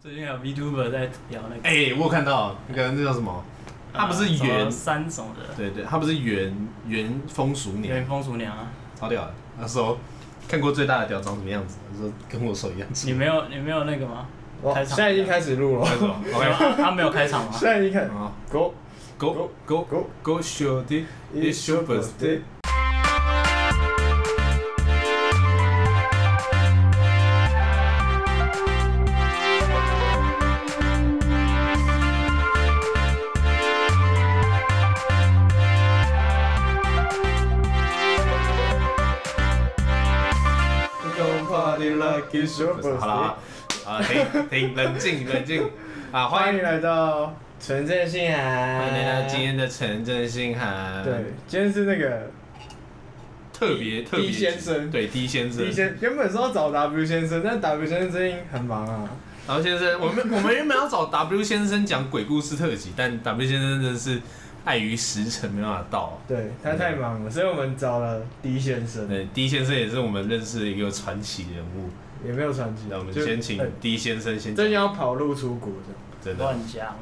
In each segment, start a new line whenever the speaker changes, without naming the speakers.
最近有 VTuber 在聊那个，呃
哎、我有看到那个那叫什么？他不是
呃什么
圆
三什么的，
对对，他不是原原风俗
原
年，
风俗娘啊，
超屌的。他说看过最大的屌长什么样子？ 他说跟我手一样粗
你。没有你没有那个吗？
我
开场
哦现在已经开始录了，
他说 OK，
他他没有开场 吗？
现在已经开始。
好
Go
哦，Go Go Go Go show it is your birthday。
Go party like it's your
好了
birthday。
啊，啊停停，冷静冷静啊！欢
欢
迎
迎来到纯正信啊函。
欢迎来到今天的陈真心涵，
对，今天是那个
特别特别
D 先生
对 D 先生
D 先，原本是要找 W 先生，但 W 先生最近很忙啊。
然后先生，我们我们原本要找 W 先生讲鬼故事特辑，但 W 先生真的是碍于时辰没办法到。
对他太忙了，所以我们找了 D 先生，
对，D 先生也是我们认识的一个传奇人物。
也没有传奇。
那我们
就
先请
哎
D 先生先讲
真要跑路出国 的，
哎真的，
乱讲。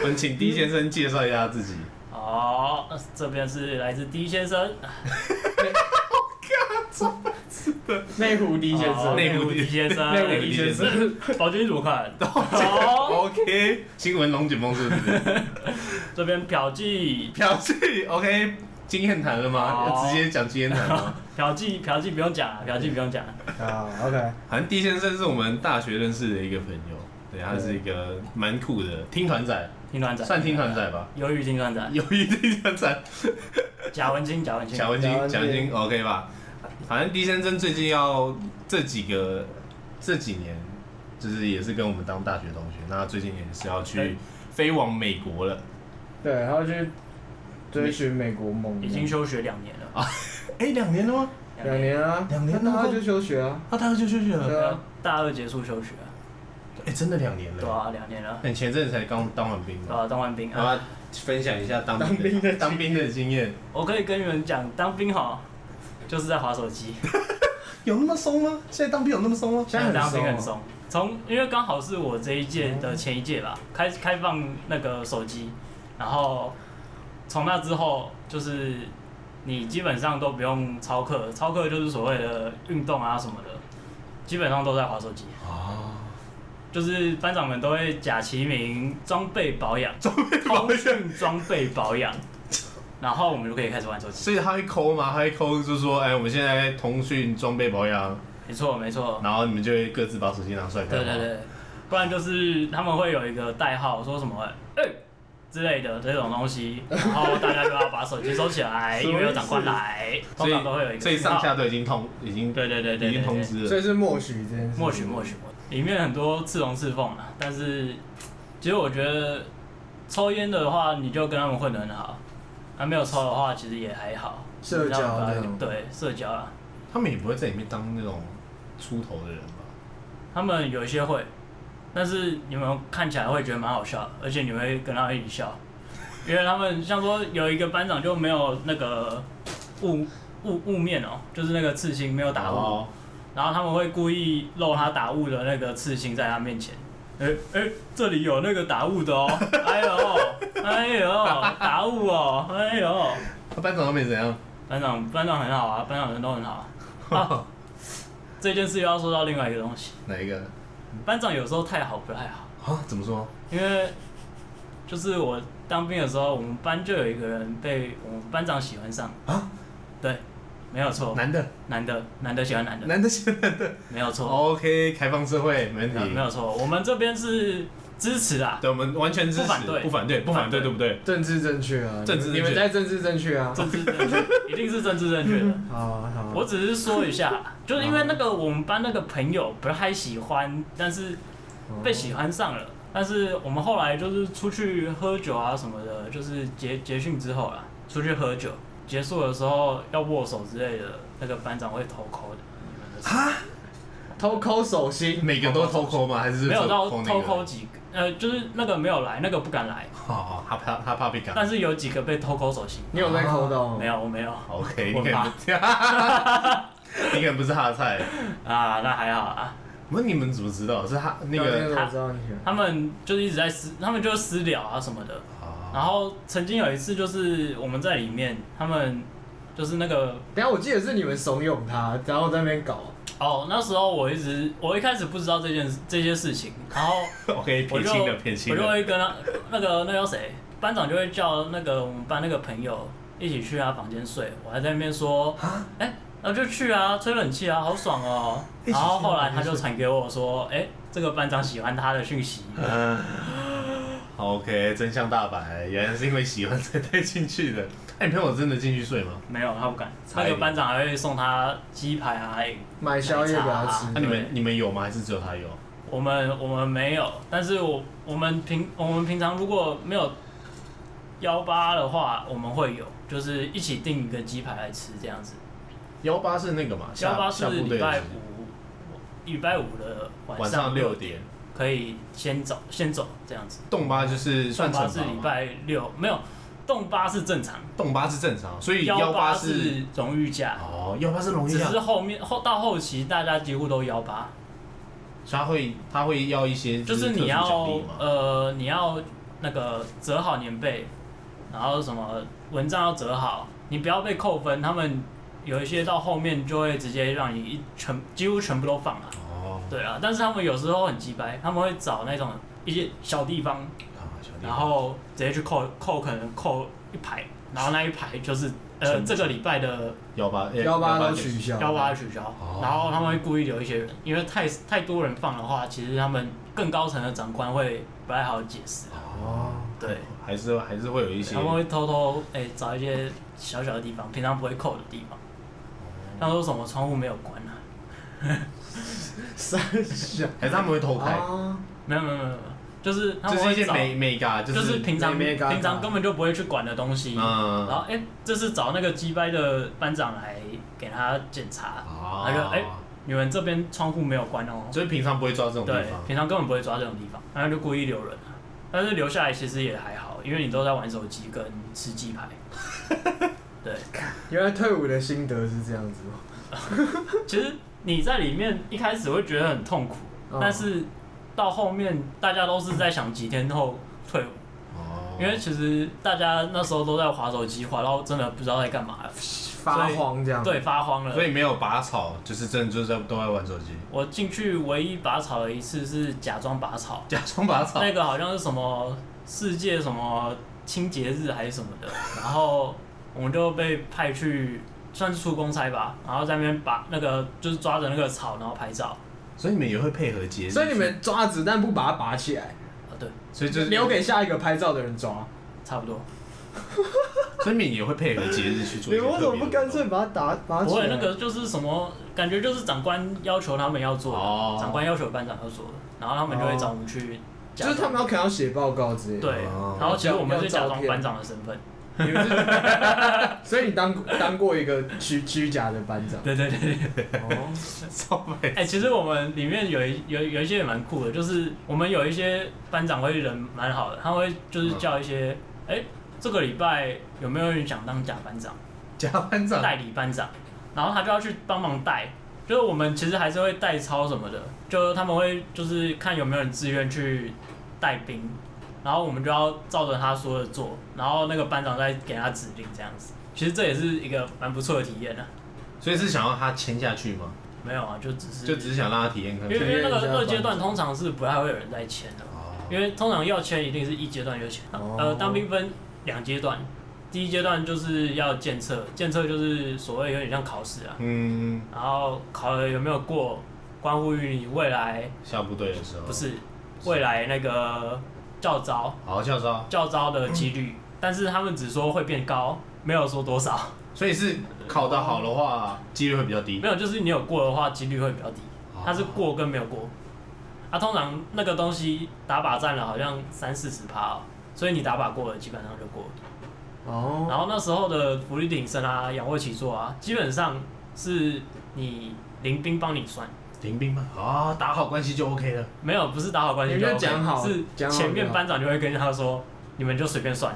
我们请 D 先生介绍一下自己。
好，那这边是来自 D 先生，
内湖 D 先
好
生，
哦内湖
D 先生， 哦
内湖 D 先 生，
宝君怎么看？好，
OK，新闻龙卷风是不 是？
这边嫖妓，
嫖妓 OK，经验谈了吗？
好
要直接讲经验谈 吗？
嫖妓，嫖妓不用讲啊，嫖妓不用讲啊。
好，OK，
好像 D 先生是我们大学认识的一个朋友，对他是一个蛮酷的听团仔，
听团仔，
算听团 仔吧。
忧郁听团仔，
有一听团仔，
贾文清，贾文清，
蒋文金
蒋，文
蒋
金
文金 OK 吧？反正 D 先生最近要这几个这几年，就是也是跟我们当大学同学，那他最近也是要去
对
飞往美国了。
对，他要去追寻美国梦，
已经休学两年了，
哎，两年了吗？
两。年啊，
两年
那他就休学啊，
他大二就休学
对
了。
啊，
大二结束休学啊，
哎，真的两年
对
了。
啊，两年了，
那你前阵子才刚当完兵
对
嘛？
啊，当完兵
好
啊。
吧，分享一下当
当
兵
兵的
当兵的经验，
我可以跟你们讲，当兵哈，就是在划手机。
有那么松吗？现在当兵有那么松吗？啊
现在很
当
松
兵
哦
很松，啊从因为刚好是我这一届的前一届吧，开开放那个手机，然后从那之后就是你基本上都不用操课，操课就是所谓的运动啊什么的，基本上都在划手机。
啊，
就是班长们都会假其名装备保养，装备通讯装备保养，然后我们就可以开始玩手机。
所以他会抠嘛，他会抠，就说，哎，我们现在通讯装备保养，
没错，没错。
然后你们就会各自把手机拿出来看。
对对。对，不然就是他们会有一个代号，说什么“哎、之类的这种东 西，然后大家就要把手机收起来，
什么
因为有长官来，
所
通
以
常都会有一个
所以上
讯号
下都已经通，已经
对对对对
已经通知
所
了。
以是默许这件事情，
默许默许默许，里面很多刺龙刺凤啊，但是其实我觉得抽烟的话，你就跟他们混得很好，啊没有抽的话，其实也还好，
社交
让大家
这样
对社交啊，
他们也不会在里面当那种出头的人吧？
他们有一些会，但是你们看起来会觉得蛮好笑的，而且你们会跟他们一起笑，因为他们像说有一个班长就没有那个雾雾雾面哦，就是那个刺青没有打雾，
哦，
然后他们会故意露他打雾的那个刺青在他面前。哎哎，这里有那个打雾的哦！哎呦，哎呦，打雾哦！哎呦，
他班长都没怎样。
班长班长很好啊，班长人都很好啊。啊这件事又要说到另外一个东西，
哪一个？
班长有时候太好不太好。
啊？怎么说？
因为就是我当兵的时候，我们班就有一个人被我们班长喜欢上
啊，
对，没有错，
男的，
男的男的喜欢男的，
男的喜欢男的。
没有
哦
错，
OK，开放社会，没问
哦没有没
题。
有错，我们这边是支持啊，
对，我们完全支持，
不反对
不反对，不
不
反
反
对，
对
对不对？
政治正确啊，
政治正确
你们在政治正确啊，
政治正确，一定是政治正确的。
好啊好啊，
我只是说一下，就是因为那个我们班那个朋友不太喜欢，但是被喜欢上了。但是我们后来就是出去喝酒啊什么的，就是结结训之后啦，出去喝酒，结束的时候要握手之类的，那个班长会偷抠的。你们的手
偷抠手心，
每个都偷抠吗？还是
没有到
那个啊
偷抠？几个，呃，就是那个没有来，那个不敢来，
好，他怕他怕被赶。
但是有几个被偷抠手心。
你有在抠到
哦
吗？
没有，我没有
OK，你
我
可能
怕
不你可能不是他的菜。
啊，那还好啊。
不是你们怎么知道？是他那
聊天
个
的时啊候我知道你喜欢。
他们就是一直在私，他们就私聊啊什么的。然
啊，
后曾经有一次，就是我们在里面，他们就是那个
等一下我记得是你们怂恿他，然后在那边搞。
哦，那时候我一直我一开始不知道这件事这些事情，然 后
OK，
我
撇
就
清了，撇清
我就
了。
会跟他那个那叫谁班长就会叫那个我们班那个朋友一起去他房间睡，我还在那边说，哎、那就去啊，吹冷气啊，好爽哦。
一起去
然
他
后后来
房间
他就传给我说，哎、这个班长喜欢他的讯 息，
嗯好 OK，真相大白，原来是因为喜欢才带进去的。 哎、你朋友真的进去睡吗？
没有他不敢，
差
那
一点
个班长还会送他鸡排啊。
买宵夜给他吃。
那、你们你们有吗？还是只有他有？
我们我们没有，但是我我们平我们平常如果没有幺八的话，我们会有，就是一起订一个鸡排来吃这样子。
幺八是那个嘛？下
幺八是
下部队
礼
的
拜
时间
五，礼拜五的晚
晚上
六
六，点。
可以先走先走这样子。
动八就是算
动
惩
八
罚
是礼
吗？
拜六，没有动八是正常，
动八是正常，所以
幺
幺八是
是荣誉假，
哦，幺八是容易
只
啊，
是后面后到后期大家几乎都幺八。
所以他会他会要一些
就是
特殊
你要
奖励嘛，
呃，你要那个折好棉被，然后什么蚊帐要折好，你不要被扣分。他们有一些到后面就会直接让你一全几乎全部都放了、
哦，
对啊，但是他们有时候很鸡掰，他们会找那种一些小地方，
啊小弟
然后直接去扣扣，可能扣一排，然后那一排就是呃
全部
这个礼拜的
幺八
幺八都取消，
要把它取消
哦，
然后他们会故意留一些人，因为太太多人放的话，其实他们更高层的长官会不太好解释，
哦，
对，
还是还是会有一些
他们会偷偷哎、找一些小小的地方，平常不会扣的地
哦
方，像说什么窗户没有关啊，
三 小。
还是他们会偷开，
啊，
没有没有没有没有，就是哦他
就
们
是一
会
些
找，
美美嘎，就
就是是平常
妹妹嘎嘎
平常根本就不会去管的东西，然
嗯
后哎、这是找那个鸡掰的班长来给他检查，
啊
他就哎你们这边窗户没有关哦，
所以平常不会抓这种地
对，
方，
平常根本不会抓这种地方，然后就故意留人啊。但是留下来其实也还好，因为你都在玩手机跟吃鸡 排。对，
原来退伍的心得是这样子吗？
其实你在里面一开始会觉得很痛苦，
嗯
但是到后面大家都是在想几天后退伍，
哦
因为其实大家那时候都在划手机，划到真的不知道在干嘛，
嗯
发慌这样。
对，发慌了
所。以没有拔草，就是真的就是在都在玩手机，
我进去唯一拔草的一次是假装拔草，
假装拔草，
那个好像是什么世界什么清洁日还是什么的，然后我们就被派去算是出公差吧，然后在那边把那个就是抓着那个草，然后拍照。
所以你们也会配合节日，
所以你们抓子弹不把它拔起来，
啊，对，
所以就是
留给下一个拍照的人抓。
差不多。
所以你们也会配合节日去做一些特别的活动，
把它打拔
不会，那个就是什么感觉就是长官要求他们要做的，
哦
长官要求班长要做的，然后他们就会找我们去假
哦就
装。
是他们要可能要写报告之类的。
对
哦，
然后其实我们是假
要照
装
片
班长的身份。
对，你们是， 所以你当当过一个虚虚假的班长。
对对对对。
哦，
超白，
哎、其实我们里面有一有有一些也蛮酷的，就是我们有一些班长会人蛮好的，他会就是叫一些，哎、这个礼拜有没有人想当假班长、
假班长
代理班长，然后他就要去帮忙带，就是我们其实还是会代操什么的，就他们会就是看有没有人自愿去带兵，然后我们就要照着他说的做，然后那个班长再给他指令这样子，其实这也是一个蛮不错的体验的、啊。
所以是想让他签下去吗？
没有啊，就只是
就只是想让他体验看
因为
看。
因为那个二阶段通常是不太会有人在签的，
哦，
因为通常要签一定是一阶段就签。
哦
呃，当兵分两阶段，第一阶段就是要检测，检测就是所谓有点像考试啊，
嗯，
然后考了有没有过，关乎于你未来
下部队的时候
不，是未来那个教招
好校招，
教招的几率，但是他们只说会变高，没有说多少，
所以是考得好的话，几率会比较低
没。有就是你有过的话几率会比较低。它是
哦，
过跟没有过。啊，通常那个东西打靶占了好像三四十趴哦，所以你打靶过了基本上就过了。
哦，
然后那时候的福利挺身啊、仰卧起坐啊，基本上是你临兵帮你算，
临兵吗？啊，打好关系就 OK 了。
没有不是打好关系
你
就
们
OK，
就讲好
是
讲好就好
前面班长就会跟他说，你们就随便算，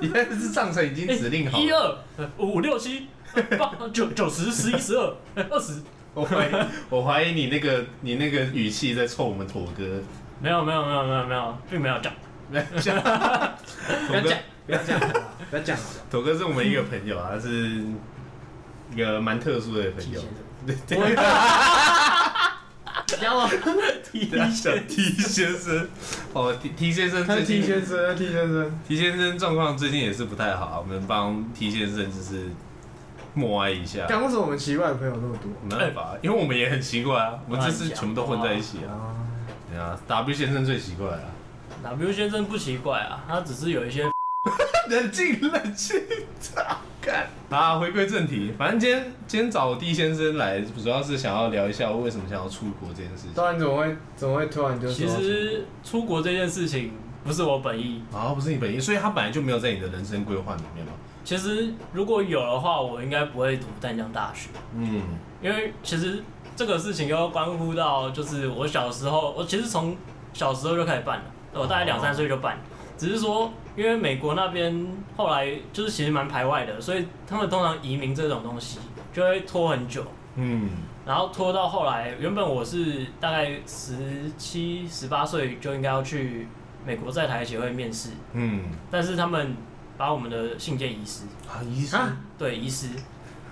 原来是上层已经指令好
一
了，
二呃五六七呃八九九十十一十二呃二十
我怀疑，我怀疑你那个你那个语气在臭我们妥 哥，
没有没有没有没有没有，并没有这样。
不要讲，妥哥
不要讲，不要讲好了， 不要啊讲好了。
妥哥是我们一个朋友啊，他是一个蛮特殊的朋友，对对
我
讲了，
T
对啊，小 T 先生，哦，T T 先生
他
最
是 T
近
先生他是，T 先生，
T 先生状况最近也是不太好啊，我们帮 T 先生就是默哀一下，
讲为什么我们奇怪的朋友那么多？
没办法，因为我们也很奇怪啊，我们这次全部都混在一起啊，
啊，
对啊，W 先生最奇怪啊，
W 先生不奇怪啊，他只是有一些
冷静冷静，干啊！回归正题，反正今天今天找 D 先生来，主要是想要聊一下我为什么想要出国这件事情。
当然怎么会怎么会突然就说
其实出国这件事情不是我本意。
啊，不是你本意，所以他本来就没有在你的人生规划里面嘛。
其实如果有的话，我应该不会读淡江大学，
嗯，
因为其实这个事情又关乎到就是我小时候，我其实从小时候就开始办了，我大概两三岁就办，只是说因为美国那边后来就是其实蛮排外的，所以他们通常移民这种东西就会拖很久。
嗯，
然后拖到后来，原本我是大概十七、十八岁就应该要去美国在台协会面试，
嗯，
但是他们把我们的信件遗失，
啊，医生，
啊，
对，遗失，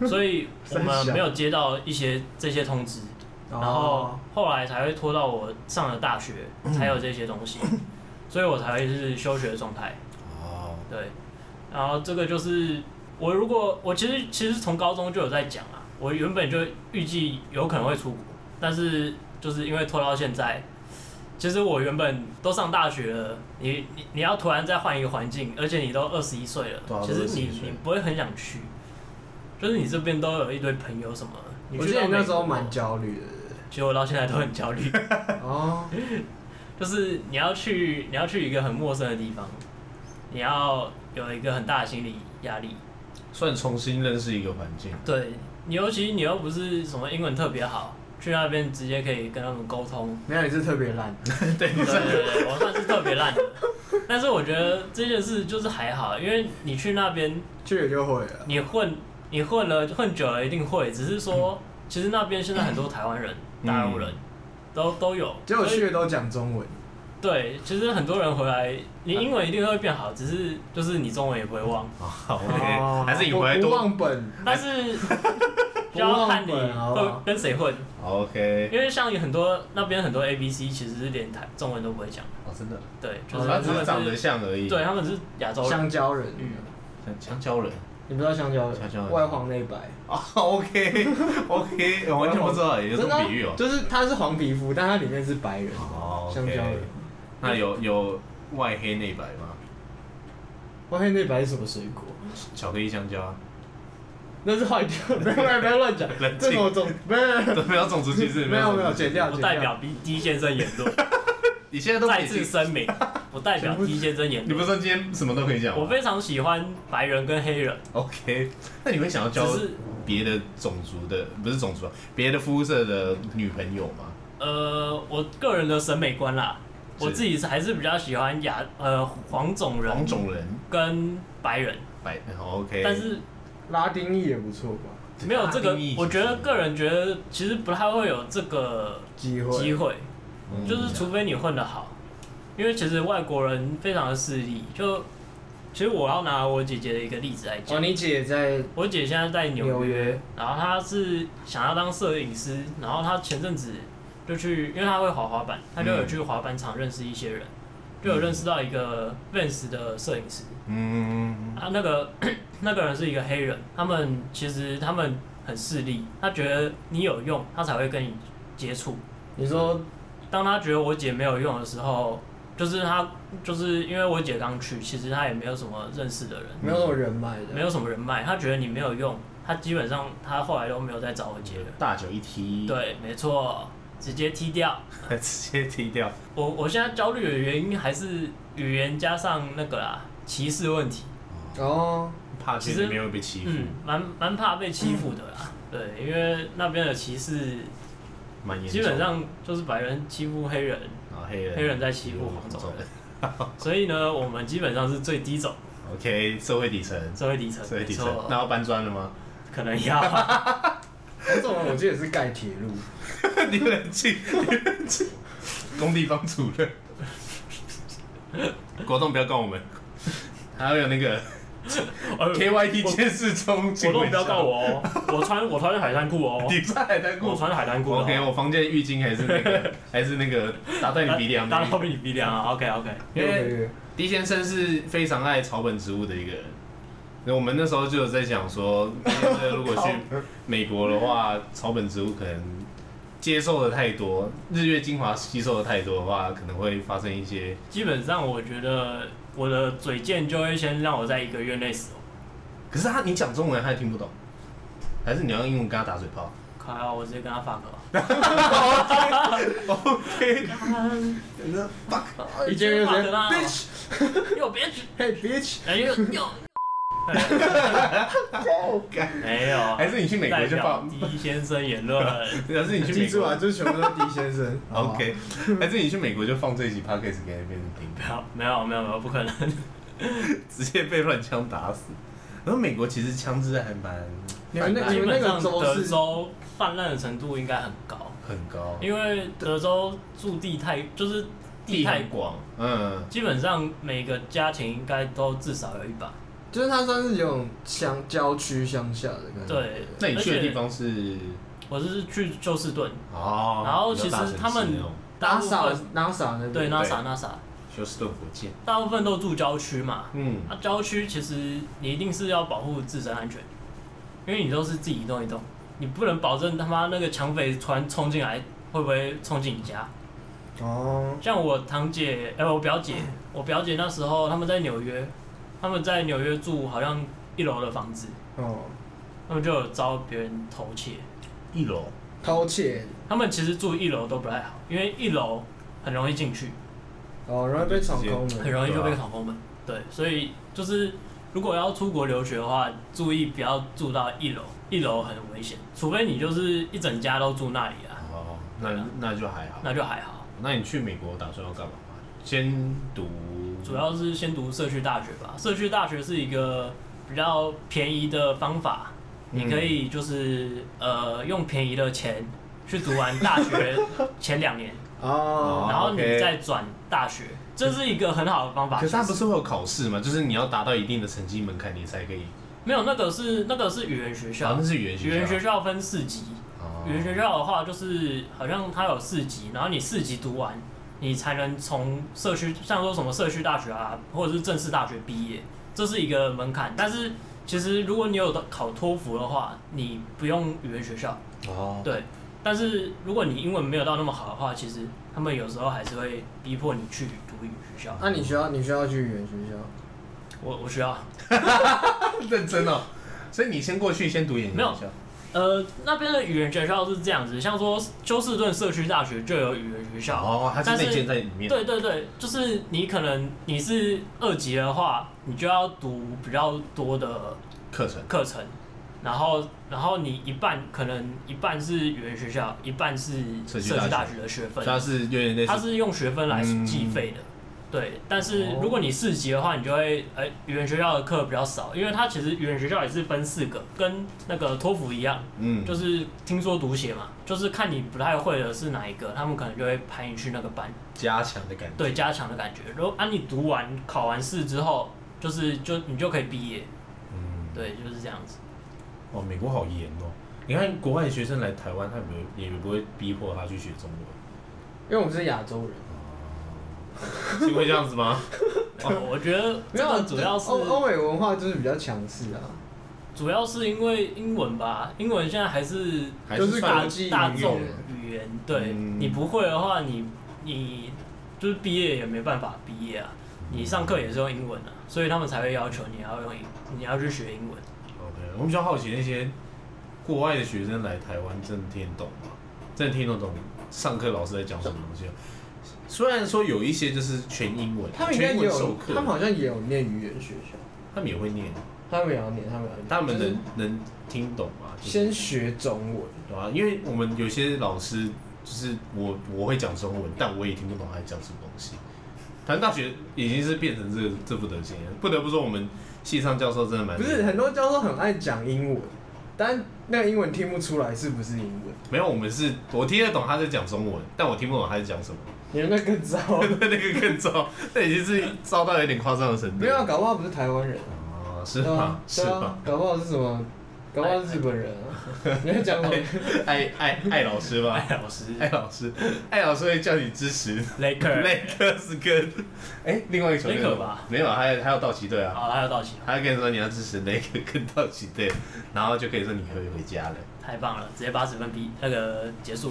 所以我们没有接到一些这些通知，
哦
然后后来才会拖到我上了大学才有这些东西，所以我才会是休学的状态。
哦，
对，然后这个就是我如果我其实其实从高中就有在讲啊，我原本就预计有可能会出国，但是就是因为拖到现在，其实我原本都上大学了，你你你要突然再换一个环境，而且你都二十一岁了，
对啊
其实
都
你
21岁
你不会很想去，就是你这边都有一堆朋友什么的，你
我
去
记
到
得你那时候
美国
蛮，焦虑的。
其实我到现在都很焦虑，
哦，
就是你要去你要去一个很陌生的地方，你要有一个很大的心理压力。
算重新认识一个环境。
对，你尤其你又不是什么英文特别好，去那边直接可以跟他们沟 通。
没有，你是特别烂。
对
对，
对对，我算是特别烂的，但是我觉得这件事就是还好，因为你去那边，
去也就会了。
你混你混了混久了一定会，只是说
嗯
其实那边现在很多台湾人、大陆人。都都有，
结果
所以
嗯去的都讲中文，
对，其实很多人回来，你英文一定会变好，只是就是你中文也不会忘，
哦好，OK，还是你
不
回来
不
多
忘本，
但 是就要看你
不忘本好不好
会跟谁混，
好，OK，
因为像有很多那边很多 A B C 其实是连台中文都不会讲，
哦，真的，
对，就
哦
是
他
他
只是长
们
得
是，
像而已。
对，他们是亚洲人，
香蕉人。
嗯
像，香蕉 人。
你不知道香蕉
香蕉
人？
人
外黄内白，
啊，OK，OK，我 完全不知道有这
真
种
的啊
比喻哦。
就是它是黄皮肤，但它里面是白人。
哦，OK
香蕉人，
那有有外黑内白吗？
外黑内白是什么水果？
巧克力香 蕉啊，
那是坏掉，不要不要不要乱讲
冷，静
这种种不是
都没有种族歧视，
没有没有
种族歧视
剪掉，
不
剪
代
掉。
表 B D 先生言论，
你现在啊 都可
再
以
次
进，
声明，不代表 D 先生言
你不
论。
是说今天什么都可以讲
我
吗
非常喜欢白人跟黑人，
？OK，那你会想要
只
交
是
别的种族的，不是种族啊，别的肤色的女朋友吗？
呃，我个人的审美观啦，
是
我自己是还是比较喜欢亚呃黄种人
黄种人，
跟白人，
白，OK，哦
但是
拉丁裔也不错吧？
没有这个
拉丁裔，
我觉得个人觉得其实不太会有这个
机
机
会，
会。
嗯
就是除非你混得好，因为其实外国人非常的势利。就其实我要拿我姐姐的一个例子来
哦，
讲，
你姐在
我姐现在在纽约，
纽约，
然后她是想要当摄影师，然后她前阵子就去，因为她会滑滑板，她
嗯
就有去滑板场认识一些人，就有认识到一个 Vans 的摄影师，
嗯，
啊，那个 那个人是一个黑人，他们其实他们很势利，他觉得你有用，他才会跟你接触。
你说
当他觉得我姐没有用的时候，就是他就是因为我姐刚去，其实她也没有什么认识的人，
没有什么人脉的，
没有什么人脉，他觉得你没有用，他基本上他后来都没有再找我姐了。
嗯大脚一踢，，
对，没错，直接踢掉。
直接踢掉，
我我现在焦虑的原因还是语言加上那个啦歧视问题，
哦，
怕去
其实
那边会被欺负
嗯，，蛮蛮怕被欺负的啦。对，因为那边的歧视
蛮严重。
基本上就是白人欺负黑人，
啊，黑人
黑人在欺负黄种人，所以呢，我们基本上是最低种。
OK，社会底层，
社会底层，
社会
没
底层，
错
那，要搬砖了吗？
可能要。
我怎么我记得是盖铁路，
你冷静，你冷静。工地方主任，国栋不要告我们。还有 那个
哎呦
KYT
我
监视中，
活动不要告。我哦，我穿我穿海滩裤 哦，
你在还在
我
过
穿海滩裤的哦。
？OK，我房间浴巾还是那 个，还是那个打在你鼻梁
当
那
然
个。
后面你鼻梁啊。OK OK，
因
六个
为
月，
D 先生是非常爱草本植物的一个人。那我们那时候就有在讲说，D 先生如果去美国的话，草本植物可能接受的太多，日月精华吸收的太多的话，可能会发生一些
基本上我觉得我的嘴贱就会先让我在一个月内死哦。
可是他你讲中文他也听不懂，还是你要用英文跟他打嘴炮
靠呀，我直接跟他 fuck 了。
？OK，那
呃
fuck，
一见面就直接
Bitch
bitch，
又 bitch，
嘿 bitch，
哎 又又，
哦
没有，
还是你去 美国
代
就
表
放，
D 先生言论。
还是你去
记
美
住啊，
国
就是全部都是 D 先生。好不好
？OK，还是你去美国就放这一集 podcast 给那边听，
没有没有没有没有，不可能。
直接被乱枪打死。然后美国其实枪支还蛮
你们那
基
你们那
本上
个州
德
是
州泛滥的程度应该很高，
很高，
因为德州住地太就是地太
很
广，
广，嗯，
基本上每个家庭应该都至少有一把。
就是它算是有种乡郊区乡下的感觉。
对，
那你去的地
而且
方是
我是去休斯顿，
哦，
然后
比较
其实
大城市
他们
那种
大部
，NASA
分
NASA 那边
对 NASA NASA，
休斯顿火箭，
大部分都住郊区嘛。
嗯，
啊，郊区其实你一定是要保护自身安全，因为你都是自己一动一动，你不能保证他妈那个抢匪突然冲进来会不会冲进你家。
哦，
像我堂姐，哎、我表姐，我表姐那时候他们在纽约，他们在纽约住好像一楼的房子，
哦，
他们就有遭别人偷窃。
一楼
偷窃，
他们其实住一楼都不太好，因为一楼很容易进去，
哦，容易被闯空
很
门。
容易就
对
被
啊
闯空门。对，所以就是如果要出国留学的话，注意不要住到一楼，一楼很危险，除非你就是一整家都住那里啊，
哦，那那就还好。
那就还好。
那你去美国打算要干嘛？先读，
主要是先读社区大学吧，社区大学是一个比较便宜的方法，
嗯
你可以就是呃用便宜的钱去读完大 学前两年，
哦，
然后你
OK
再转大学，这是一个很好的方法。
可是他不
其实
是会有考试吗？就是你要达到一定的成绩门槛，你才可以。
没有那个是那个是语言学
啊，
校
那，是语言学
语
校。
言学校分四级，
哦
语言学校的话就是好像它有四级，然后你四级读完，你才能从社区，像说什么社区大学啊，或者是正式大学毕业，这是一个门槛。但是其实如果你有考托福的话，你不用语言学校，
哦，
对。但是如果你英文没有到那么好的话，其实他们有时候还是会逼迫你去读语言学校。
那你需要你需要去语言学校？
我我需要，
认真哦。所以你先过去，先读研究
没有
学校。
呃，那边的语言学校是这样子，像说休斯顿社区大学就有语言学校，
哦，它
但
是内建在里面。
对对对，就是你可能你是二级的话，你就要读比较多的
课程。
课程，然后然后你一半可能一半是语言学校，一半是社
社区
区
大学
大学的学
所
分
以，它是有点类
它
似。
是用学分来
嗯
计费的。对，但是
哦
如果你四级的话，你就会哎、语言学校的课比较少，因为它其实语言学校也是分四个，跟那个托福一样，
嗯，
就是是听说读写嘛，就是看你不太会的是哪一个，他们可能就会排你去那个班。
加强的感觉。
对加强的感觉。如果啊，你读完考完试之后，就是就你就可以毕业，
嗯，
对，就是这样子。
哦，美国好严哦。你看国外学生来台湾，他有没有也不会逼迫他去学中文，
因为我们是亚洲人，哦
是会这样子吗？
哦，我觉得
没
这
有啊哦
个主要是
欧欧美文化就是比较强势啊，
主要是因为英文吧，英文现在还是
还
就是
算
大
国际
大
语
众
言
语言，对
嗯
你不会的话，你你就是毕业也没办法毕业啊。你上课也是用英文啊，所以他们才会要求你要用英，你要去学英文。
OK，我比较好奇那些国外的学生来台湾，真的听得懂吗？真的听得懂上课老师在讲什么东西吗？虽然说有一些就是全英文，
他们应该
全英
也
文授
有，
课，
他们好像也有念语言学校，
他们也会念，
他们也要念，他们也要念
他们
就
能、
是
能听懂吗？就是
先学中文，
对啊，因为我们有些老师就是我我会讲中文，但我也听不懂他在讲什么东西。台湾大学已经是变成这这副德行了，不得不说我们系上教授真的蛮
不是很多教授很爱讲英文，但那个英文听不出来是不是英文，
没有，我们是我听得懂他在讲中文，但我听不懂他在讲什么。
你们那更糟。
那个更糟，那已经是糟到有点夸张的程度。
没有啊，搞不好不是台湾人啊，
哦，是
对
吧
啊？
是
对
吧
啊？，搞不好是什么，搞不好是日本人啊。你在讲什么？
艾艾艾老师吧，
哎艾老师
艾老师，艾老师会叫你支持
雷克 尔，
雷克斯跟哎另外一个球队
雷克吧？
没有，还有还有道奇队啊，
好，还有道奇，
他会跟你说你要支持雷克跟道奇队，然后就可以说你可以回家了。
太棒了，直接八十分比那个结束。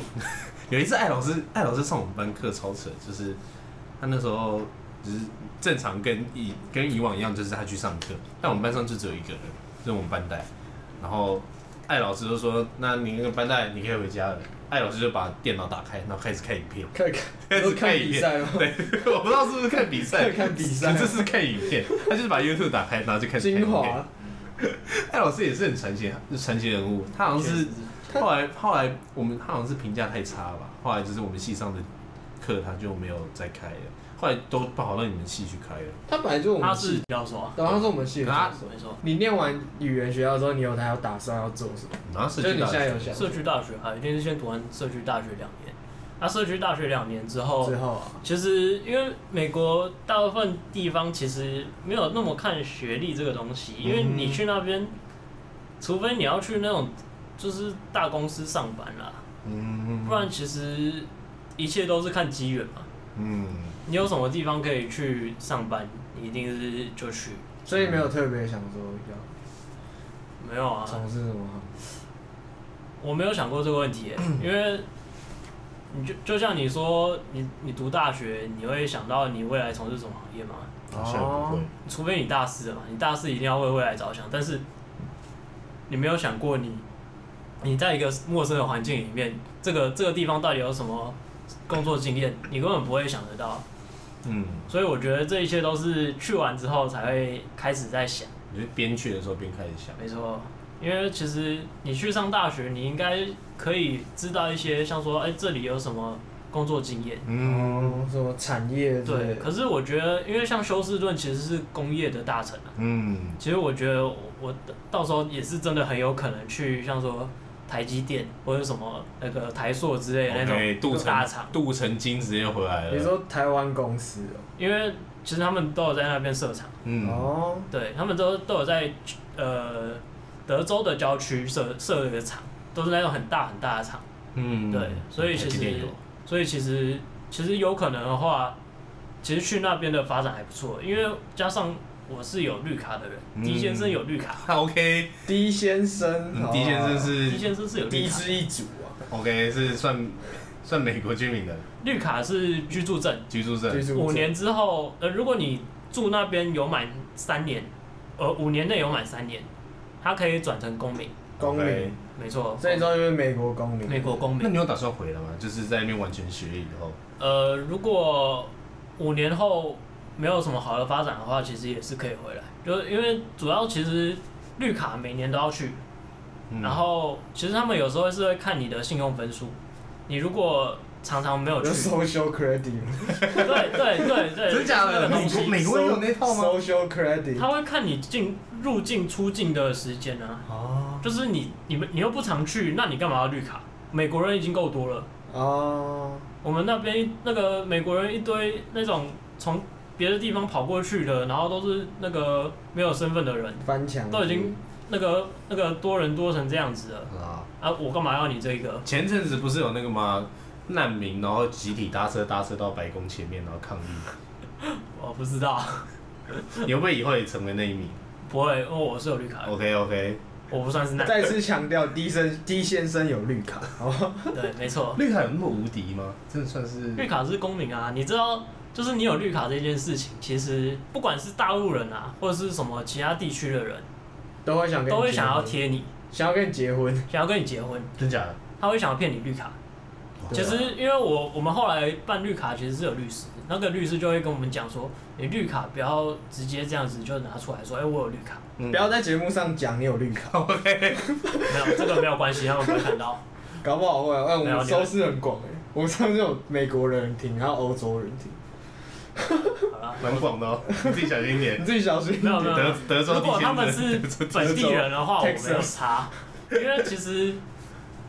有一次艾老师，艾老师上我们班课超扯，就是他那时候只是正常跟以跟以往一样，就是他去上课，但我们班上就只有一个人，就是我们班带。然后艾老师就说：“那你那个班带你可以回家了。”艾老师就把电脑打开，然后开始看影片。
看看，都看比赛吗？
对，我不知道是不是看比赛，
看比赛
这是看影片。他就是把 YouTube 打开，然后就开始看影
精
片。
华，
艾老师也是很传奇，是传奇人物。他好像
确
是
实
后来后来我们他好像是评价太差吧，后来就是我们系上的课他就没有再开了，后来都跑到你们系去开了。
他本来就是我
他
们
是
系，
不要说，
对，他是我们系的
啊
教授。
没错，
你念完语言学校之后，你有他有打算要做什么？
然后社
就是
区
你
大
现在有
学，
想
社区大学啊，一定是先读完社区大学两年。那社区大学两年之后
之，后啊，
其实因为美国大部分地方其实没有那么看学历这个东西，因为你去那边，除非你要去那种就是大公司上班啦，
嗯
不然其实一切都是看机缘嘛。
嗯，
你有什么地方可以去上班，你一定是就去。
所以没有特别想说要
没有啊，
从事什么行
我没有想过这个问题耶、因为你就就像你说，你你读大学，你会想到你未来从事什么行业吗？
好像不会
哦，
除非你大四了嘛，你大四一定要为未来着想，但是你没有想过你你在一个陌生的环境里面，这个这个地方到底有什么工作经验，你根本不会想得到。
嗯，
所以我觉得这一切都是去完之后才会开始在想。
你就边去的时候边开始想，
没错，因为其实你去上大学，你应该可以知道一些，像说，哎、这里有什么工作经验。
嗯
哦，什么产业之类
对，
的。
可是我觉得，因为像休斯顿其实是工业的大城啊，
嗯
其实我觉得我我到时候也是真的很有可能去，像说台积电或者什么那个台塑之类的那
，OK，镀
种大
层
厂，
镀层金直接回来
你
了，
说台湾公司
因为其实他们都有在那边设厂，
哦，
嗯，
哦，
对他们都都有在呃德州的郊区设设一个厂，都是那种很大很大的厂。
嗯
对所以其实
台积电有
所以其实其实有可能的话，其实去那边的发展还不错，因为加上我是有绿卡的
嗯
人，狄、先生有绿卡，
他 OK，
狄先生
嗯，
好啊
狄先生
狄
是
先生是有绿
狄
卡，
氏一族啊，
OK 是算算美国居民的
绿卡是居住证，
居住证
居，住
五
者
年之后，呃，如果你住那边有满三年，呃，五年内有满三年，他可以转成公民，
公民，
没错，
所以说就是美国公民，
美国公
那
民，
你有打算回来吗？就是在那边完全学业以后，
呃，如果五年后没有什么好的发展的话，其实也是可以回来，就是因为主要其实绿卡每年都要去，
嗯
然后其实他们有时候是会看你的信用分数，你如果常常没有
有
去，
social credit 吗
对对对对，
真假
这
的
个东
美国
西，
美国也有那套吗
？social credit
他会看你进入境出境的时间啊，
哦，
就是你你们你又不常去，那你干嘛要绿卡？美国人已经够多了，
哦，
我们那边那个美国人一堆那种从别的地方跑过去的，然后都是那个没有身份的人，
翻墙
都已经那个那个多人多成这样子了
啊，
啊！我干嘛要你这个？
前阵子不是有那个吗？难民然后集体搭车搭车到白宫前面然后抗 议，
我不知道，
你会不会以后也成为那一名
不会，因为我是有绿卡的。
？OK OK，
我不算是那
再次强调，狄生狄先生有绿卡，哦好不好
对，没错，
绿卡有那么无敌吗？真的算是
哦绿卡是公民啊。你知道，就是你有绿卡这件事情，其实不管是大陆人啊，或者是什么其他地区的人，
都会想跟你
都会
结
想要
婚，
贴你，
想要跟你结婚，
想要跟你结婚，
真假的？
他会想要骗你绿卡。哦其
对啊
实，因为我我们后来办绿卡，其实是有律师，那个律师就会跟我们讲说，你绿卡不要直接这样子就拿出来说，哎、我有绿卡，
不
不要在节目上讲你有绿卡，
没有这个没有关系，他们不会看到。
搞不好会啊，哎，我
没有
们
你们
收视很广哎，我们上次有美国人听，还有欧洲人听，
好了，
蛮广的哦，你自己小心一 点。
你自己小心一
没有
点
没有，
德德州
嗯如果
地
他
先
们
生
是本地人的话，我没有
Texas
差。因为其实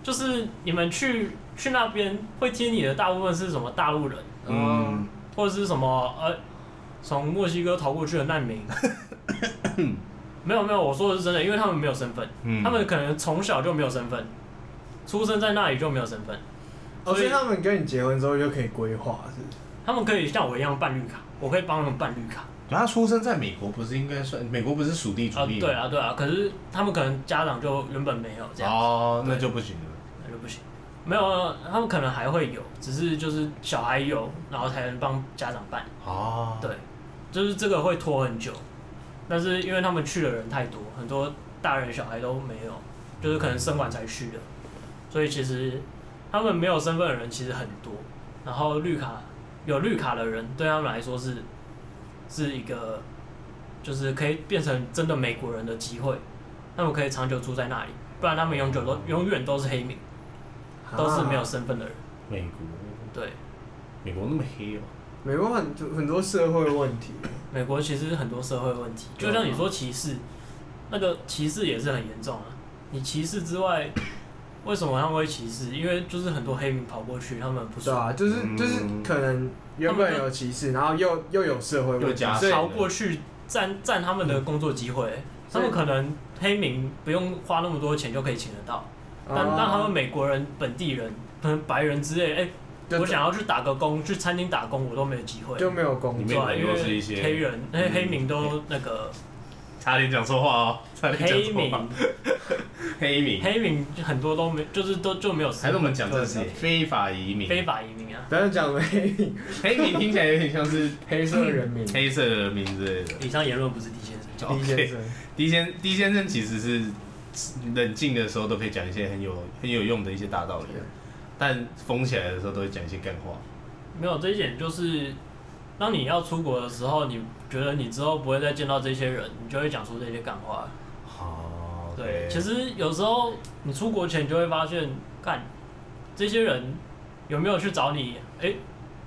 就是你们去去那边会听你的大部分是什么大陆人，
嗯，
或者是什么呃从墨西哥逃过去的难 民。没有没有，我说的是真的，因为他们没有身份，
嗯
他们可能从小就没有身份，出生在那里就没有身份，
哦，所
所以
以他们跟你结婚之后就可以规划，是不是？
他们可以像我一样办绿卡，我可以帮他们办绿卡。
然后他出生在美国，不是应该算美国不是属地主
啊，
义
对
吗？
啊对啊，可是他们可能家长就原本没有这样，
哦，那
对
就不行了。
那就不行。没有，他们可能还会有，只是就是小孩有，然后才能帮家长办。
哦，
对，就是这个会拖很久，但是因为他们去的人太多，很多大人小孩都没有，就是可能生完才去的，所以其实他们没有身份的人其实很多，然后绿卡有绿卡的人对他们来说是是一个就是可以变成真的美国人的机会，他们可以长久住在那里，不然他们永久都永远都是黑民，都是没有
啊，
身份的人，
美国，
对。
美国那么黑哦。
美国很多很多社会问题，
美国其实很多社会问题，
对
就
啊
像你说歧视，那个歧视也是很严重啊。你歧视之外，为什么他们会歧视？因为就是很多黑民跑过去，他们不
对
爽，
啊，就是
嗯
就是可能原本有歧视，然后又又有社会
又
问题啊
加，
所以
上
逃过去占占他们的工作机会、
嗯
他们可能黑民不用花那么多钱就可以请得到，但
哦
但他们美国人、本地人、可能白人之类，哎、
就
我想要去打个工，去餐厅打工，我都没有机会。
就没有工
你
对
们
作，
啊，因
都是一
为
些
黑人、黑黑民
嗯
都那个
差点讲错话哦，差点讲
黑
错话
民。
黑民，
黑民很多都没，就是都就没有身份。
还是我们讲这是
对
非法移民？
非法移民啊？
不要讲黑 民
黑民听起来有点像是
黑社人民，
黑色的人名之类的。
以上言论不是第一先生讲。
李先生，
狄先狄先生其实是冷静的时候都可以讲一些很有很有用的一些大道理，但疯起来的时候都会讲一些干话。
没有这一点就是，当你要出国的时候，你觉得你之后不会再见到这些人，你就会讲出这些干话。
好，
对，其实有时候你出国前就会发现，干这些人有没有去找你？哎、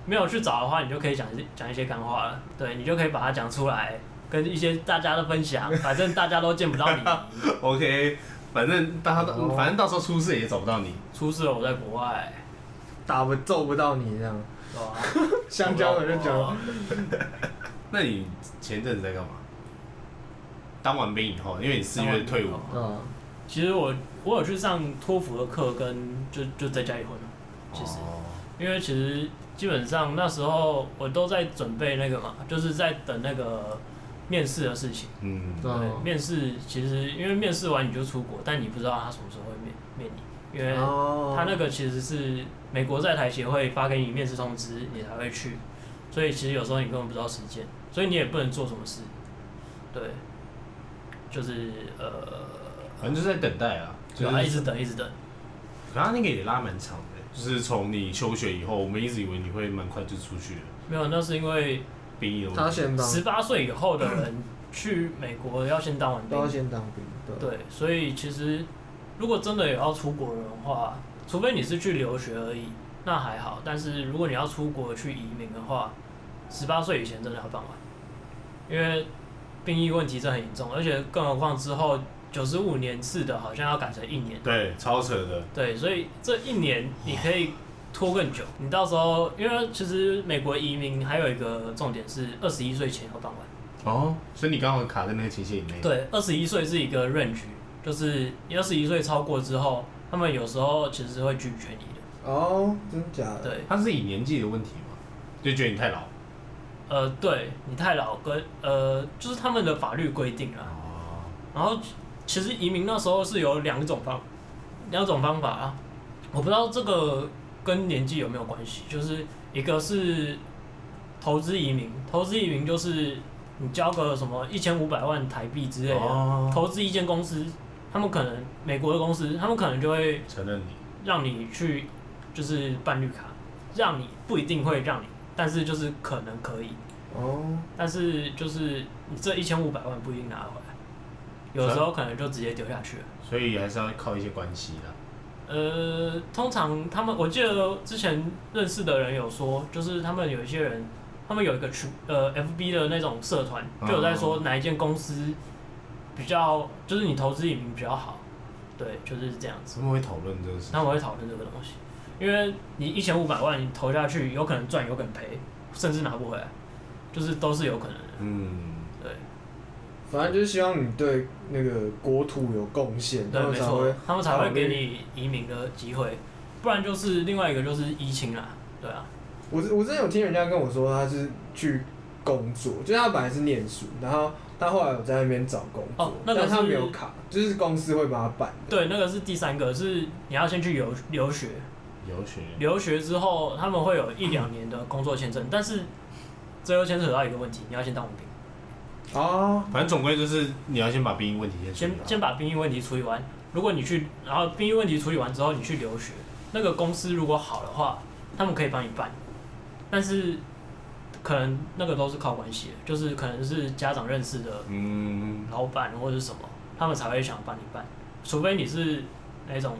没有去找的话，你就可以讲一讲一些干话了。对，你就可以把它讲出来，跟一些大家的分享。反正大家都见不到你，
OK，反正大家到、
哦
反正到时候出事也找不到你。
出事了我在国外，
打不揍不到你这样，
对吧、
香蕉的就讲，
那你前阵子在干嘛？当完兵以后，因为你四月退伍嘛，
嗯，
其实我我有去上托福的课，跟就就在家里混，其实
哦，
因为其实基本上那时候我都在准备那个嘛，就是在等那个面试的事情。
嗯，
对
对啊
哦，
面试其实因为面试完你就出国，但你不知道他什么时候会面面你，因为
哦，
他那个其实是美国在台协会发给你面试通知，你才会去，所以其实有时候你根本不知道时间，所以你也不能做什么事。对，就是呃，
反正就是在等待啊，就
对
是
啊，一直等一直等。
可他那个也拉蛮长的，就是从你休学以后，我们一直以为你会蛮快就出去了，
没有，那是因为
兵役的问题
他先当
十八岁以后的人去美国要先当完
都要
兵，
先当兵，对，
对，所以其实如果真的有要出国的话，除非你是去留学而已，那还好。但是如果你要出国去移民的话，十八岁以前真的要办完，因为兵役问题真的很严重，而且更何况之后九十五年次的好像要改成一年，
对，超扯的，
对，所以这一年你可以拖更久。你到时候，因为其实美国移民还有一个重点是二十一岁前要办完。
哦，所以你刚好卡在那个期限以内，，
对，二十一岁是一个 range，就是你二十一岁超过之后，他们有时候其实会拒绝你的。
哦，真假的，
对，
他是以年纪的问题嘛，就觉得你太老，
呃，对你太老跟呃，就是他们的法律规定啦。
哦，
然后其实移民那时候是有两种方两种方法啊，我不知道这个跟年纪有没有关系，就是一个是投资移民，投资移民就是你交个什么一千五百万台币之类的，
哦
投资一间公司，他们可能美国的公司，他们可能就会
承认你，
让你去就是办绿卡，让你不一定会让你，但是就是可能可以，
哦，
但是就是你这一千五百万不一定拿得回来，有时候可能就直接丢下去了。
所以还是要靠一些关系啦，
呃，通常他们我记得之前认识的人有说，就是他们有一些人，他们有一个群呃 FB 的那种社团，就有在说哪一间公司比较，就是你投资移民比较好，对，就是这样子。
怎么会讨论这个事？
那我会讨论这个东西，因为你一千五百万你投下去，有可能赚，有可能赔，甚至拿不回来，就是都是有可能的。
嗯，
对，
反正就是希望你对那个国土有贡献，
对，
然后
没
才
错
会，
他们才
考
会
虑
给你移民的机会，不然就是另外一个就是移情啦，对啊，
我我真的有听人家跟我说，他是去工作，就是他本来是念书，然后他后来有在那边找工作，
哦那个
但他
是
没有卡，就是公司会帮他办的。
对，那个是第三个，是你要先去留留学，
游学
留学之后他们会有一两年的工作签证，但是这又牵扯到一个问题，你要先当兵，哦
啊，
反正总归就是你要先把兵役问题先处
先
理好。
先把兵役问题处理完。如果你去，然后兵役问题处理完之后，你去留学，那个公司如果好的话，他们可以帮你办，但是可能那个都是靠关系的，就是可能是家长认识的
嗯，
老板或者是什么，他们才会想帮你办，除非你是那种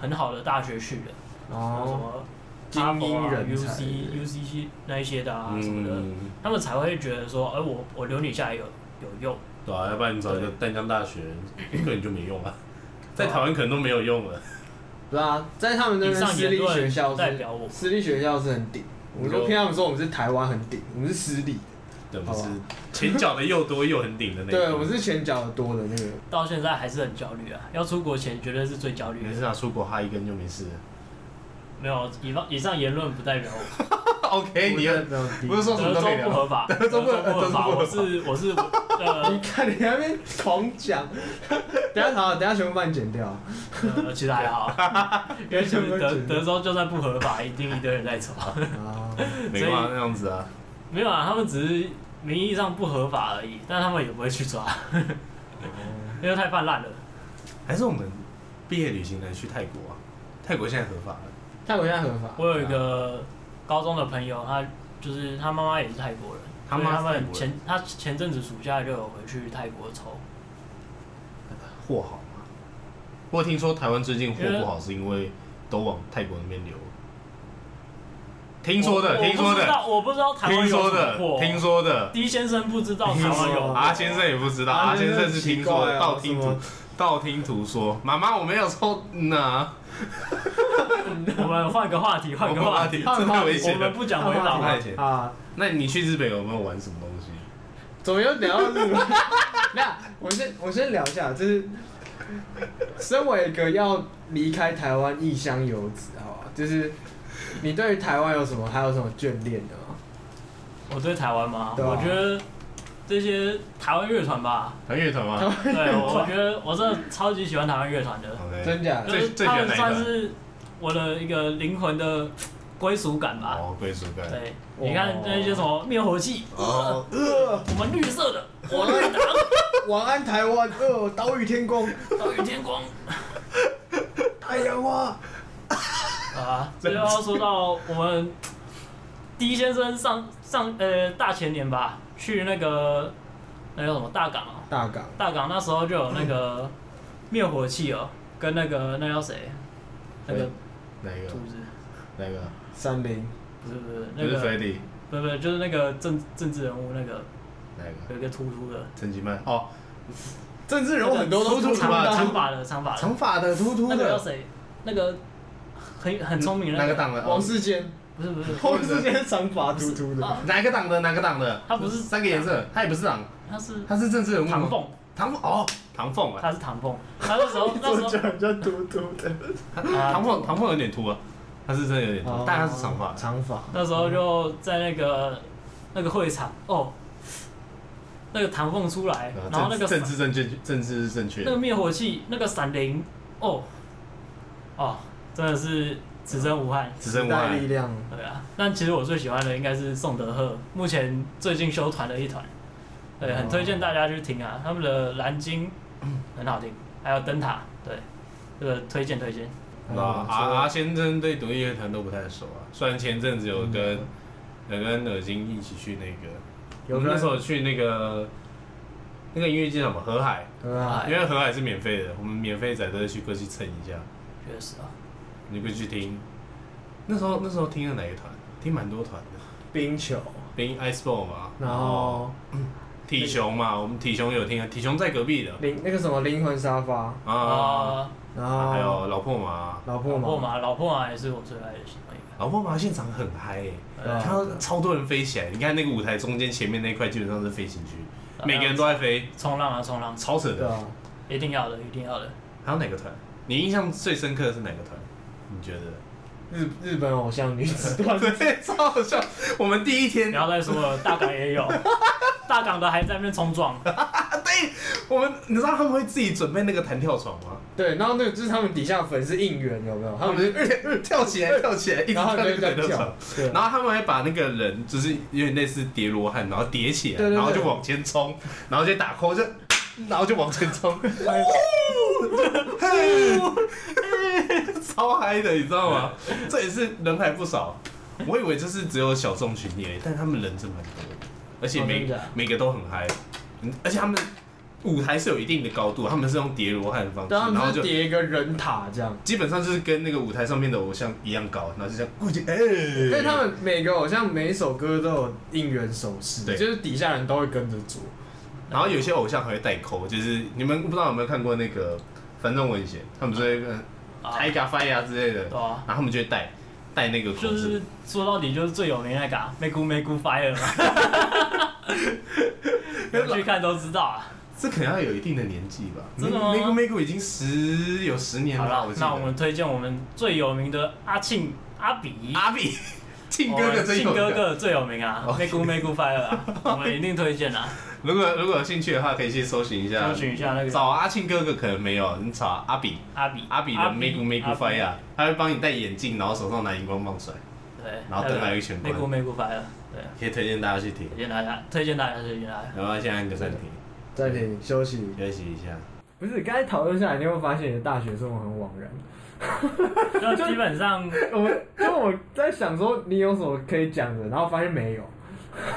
很好的大学去的，然后什
哦，
么啊
精英人
U
才
C U C C 那一些的啊什么的，
嗯，
他们才会觉得说，哎、我我留你下来有有用，
对啊，要不然你找一个淡江大学，根本就没用啊，在台湾可能都没有用了。
不是啊，在他们那
以
边
上
私
言
立学
论
校
代
是
表我，
私立学校是很顶，我
你说
就骗他们说我们是台湾很顶，我们是私立，
对，啊我们
好
是
啊
前脚的又多又很顶的那一
对，
种。
我们是前脚多的那个。
到现在还是很焦虑啊，要出国前绝对是最焦虑
你还
的
是。拿啊出国哈一根就没事了。
没有，以上以上言论不代表我，
OK，你要哎
不要低
不是说 什
德
么都
州
可以
不
聊。
合 法，德
德
州
州
不
不合
合法，
德州不合
我是我是呃
你看你在那边狂 讲，等一下好，等一下全部帮你剪
啊
掉。
呃，其实还好， 因为其实德德州就算不合法，一定一堆人在走。
啊，
没办法那样子啊，
没有啊，他们只是名义上不合法而已，但他们也不会去抓，
哦
因为太泛滥了。
还是我们毕业旅行能去泰国啊？泰国现在合法了。
泰国现在合法，
我有一
啊
个高中的朋友，他就是他妈妈也是泰国人，
他
所以
妈
他
是泰国人
们前他前阵子暑假就有回去泰国抽，
货好吗？不过听说台湾最近货不好，是因为都往泰国那边流。听说的，
我
听说
我不知
的，
道我不知道台湾有
听
什
说
么
的，
货。
听说的。
D 先生不知道台湾
听
有
说
货
阿先生也不知道，阿先生是听啊说的，道听途道听途说。妈妈，我没有抽 呢。
我们换个话题，换个话题，
我们换个话题这哎太危
啊我
险了
们不讲违法
太
话
危险
啊，
那你去日本有没有玩什么东西？
怎么又聊到日本？ 那我先我先聊一下，就是身为一个要离开台湾异乡游子，好吧，就是你对于台湾有什么还有什么眷恋的吗？
我对台湾吗？
对啊
我觉得这些台湾乐团 吧，
团乐团吗
对，我觉得我真的超级喜欢台湾乐团的。
？OK，
真假的？
就是
最最
他
喜欢
们
哪一
算
团
是我的一个灵魂的归属感吧。
哦，归属感。
对，
哦
你看那些什么灭火器，
哦，
呃，
我们绿色 的，我绿党，
晚安台湾，呃，岛屿天光，
岛屿天光哎
太阳花，
啊。这就要说到我们 D 先生上上呃大前年吧，去那个那叫什么大港哦，
大港，
大港那时候就有那个灭火器哦，跟那个那叫谁，那个
哪一个
兔？子，
哪一个？
三零，
不是不是
不
那
是
个
Freddy，
不是不是就是那个政政治人物那个
哪一个？
有一个秃秃的。
陈吉曼哦，
政治人物很多都
长
是
发
的
长
啊，
发的长发的，
长发的秃秃
那个叫
的，
谁？那个很很聪明的
哪个党的？哦
王世坚，
不是不是，
王世坚长发秃秃的。
哪个党的？哪个党的？
他不是
三个颜色，他也不是党，
他是
他是政治人物吗
唐，凤，
唐凤哦，唐凤啊，
他是唐凤，他那时 候那时候
人家嘟嘟的，
他
啊
唐凤唐凤有点秃啊，他是真的有点
哦
秃，但他是长发，
长发。
那时候就在那个那个会场哦，那个唐凤出来，
呃
然后那个
政政治正确，政治正确
那，个灭火器那个闪灵哦哦，真的是此生无憾。
只剩我
代力量，
对啊，但其实我最喜欢的应该是宋德赫，目前最近修团的一团，对，
哦
很推荐大家去听啊，他们的《蓝鲸》 很好听，还有《灯塔》，对，这个推荐推荐。
嗯
啊阿阿先生对独立乐团都不太熟啊，虽然前阵子有跟有跟尔金一起去那个，我
有
们
个
那时候去那个那个音乐季叫什么河海，
啊，
因为河海是免费的，我们免费仔都会去过去蹭一下。
确实啊，
你可以去听。那时候那时候听了哪一团？听蛮多团的，
冰球，
听 Iceball 嘛，
然
哦
后
体熊嘛，我们体熊有听啊，体熊在隔壁的
灵那个什么灵魂沙发，
啊，
啊，
然
啊还
后
有老破麻，
老破
老破
嘛，
马，老破马也是我最爱的喜欢一
老破麻现场很嗨、欸，
对
嗯
啊
看到超多人飞起来。你看那个舞台中间前面那一块基本上是飞行区，
个。
每个人都在飞，
冲浪啊，冲浪，
超扯
啊对
的。
啊，
一定要的，一定要的。
还有哪个团？你印象最深刻的是哪个团？你 觉得？
日日本偶像女子 团，
对，超好笑。我们第一天
不，要再说了，大港也 有，大港的还在那边冲撞，
我们你知道他们会自己准备那个弹跳床吗？
对，然后那个就是他们底下粉是应援，有没有？他
他
们
们就、跳起来，跳起来，一直
然后
跳那
他
个
们就在
弹跳
叫
床。，
对啊
然后他们还把那个人就是有点类似叠罗汉，然后叠起来，
对对对
然后就往前冲，然后就打 call 就，然后就往前 冲，
哎
超嗨的，你知道吗？这也是人还不少，我以为就是只有小众群体而已，但他们人真蛮多的，而且
哦
每、
真的假的
每个都很嗨，嗯而且他们舞台是有一定的高度，他们是用叠罗汉的方式，
然后
然
啊他
后
们
就
就叠一个人塔这样。
基本上就是跟那个舞台上面的偶像一样高，然后就这样顾及哎，
因为他们每个偶像每一首歌都有应援手势，
对
就是底下人都会跟着做。
然后有些偶像还会带扣，就是你们不知道有没有看过那个反正文贤，他们就会呃跟
啊
抬嘎发呀之类的，
对
然后
啊？
他们就会带带那个口
就
子
是，说到底就是最有名那个啊，梅姑梅姑 fire 嘛，有去看都知道啊。
这可能要有一定的年纪吧。
真的吗
Migu Migu 已经十有十年
好
了吧，
了
记，得
那我们推荐我们最有名的阿庆阿比。
阿比 庆
我
哥哥
们
最
哦庆
有
哥
名哦的。
哥最有名啊，
OK
梅姑梅姑 fire 啊，我们一定推荐啊，
如果如果有兴趣的话，可以去搜寻一下
搜。寻一下那个
找阿庆哥哥可能没有，你找啊阿比，
阿比
阿比的 Migu Migu
阿比
Fire，他啊会帮你戴眼镜，然后手上拿荧光棒甩，
对，
然后等来一拳
梅姑梅姑 fire，对，
可以推荐大家去听。
推荐大家，推荐大家，推荐大家。
然后先按个暂停，
暂停休息。
休息一下。
不是，刚才讨论下来，你会发现你的大学生活很枉然。
那基本上，
我们就我在想说你有什么可以讲的，然后发现没有。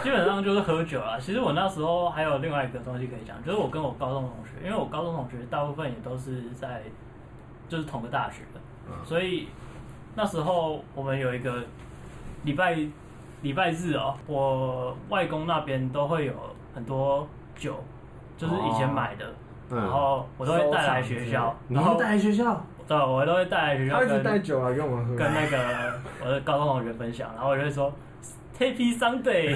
基本上就是喝酒啊。其实我那时候还有另外一个东西可以讲，就是我跟我高中同学，因为我高中同学大部分也都是在就是同个大学的，
嗯
所以那时候我们有一个礼拜礼拜日哦，我外公那边都会有很多酒，就是以前买的，
嗯
然后我都会带来学校，
你
然
们
后
带来学 校？
对，我都会带来学校
他一直
跟
带酒来跟我们喝，
跟那个我的高中同学分享，然后我就会说 Happy Sunday，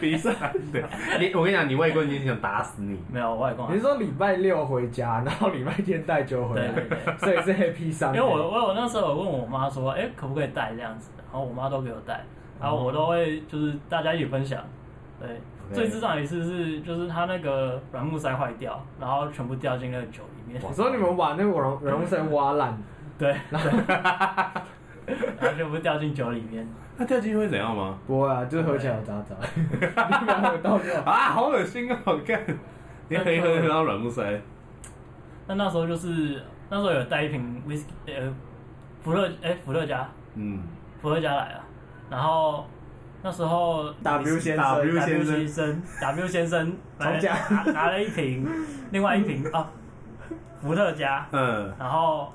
比赛？对，你我跟你讲，你外国人已经想打死你。
没有我外公啊
你，是说礼拜六回家，然后礼拜天带酒回来，
对对对
所以是 Happy s u
因
n
为我我我那时候有问我妈说，哎、可不可以带这样子，然后我妈都给我带，然后我都会就是大家一起分享，对
OK
最智障的一次是就是他那个软木塞坏掉，然后全部掉进那个酒里面，
哇
我说你们把那个软软木塞挖烂，
对，然后然后全部掉进酒里面，
那掉进去会怎样吗？
不会啊，就是喝起来有渣渣，你们喝到就好。
啊，好恶心啊！我看，你喝一喝喝到软木塞，
那那时候就是那时候有带一瓶 whisky，呃，伏特哎、伏特加，
嗯，
伏特加来了，然后那时候
W 先生
W 先生
先生 W 先生来
吵架
拿拿了一瓶，另外一瓶啊伏特加，
嗯，
然后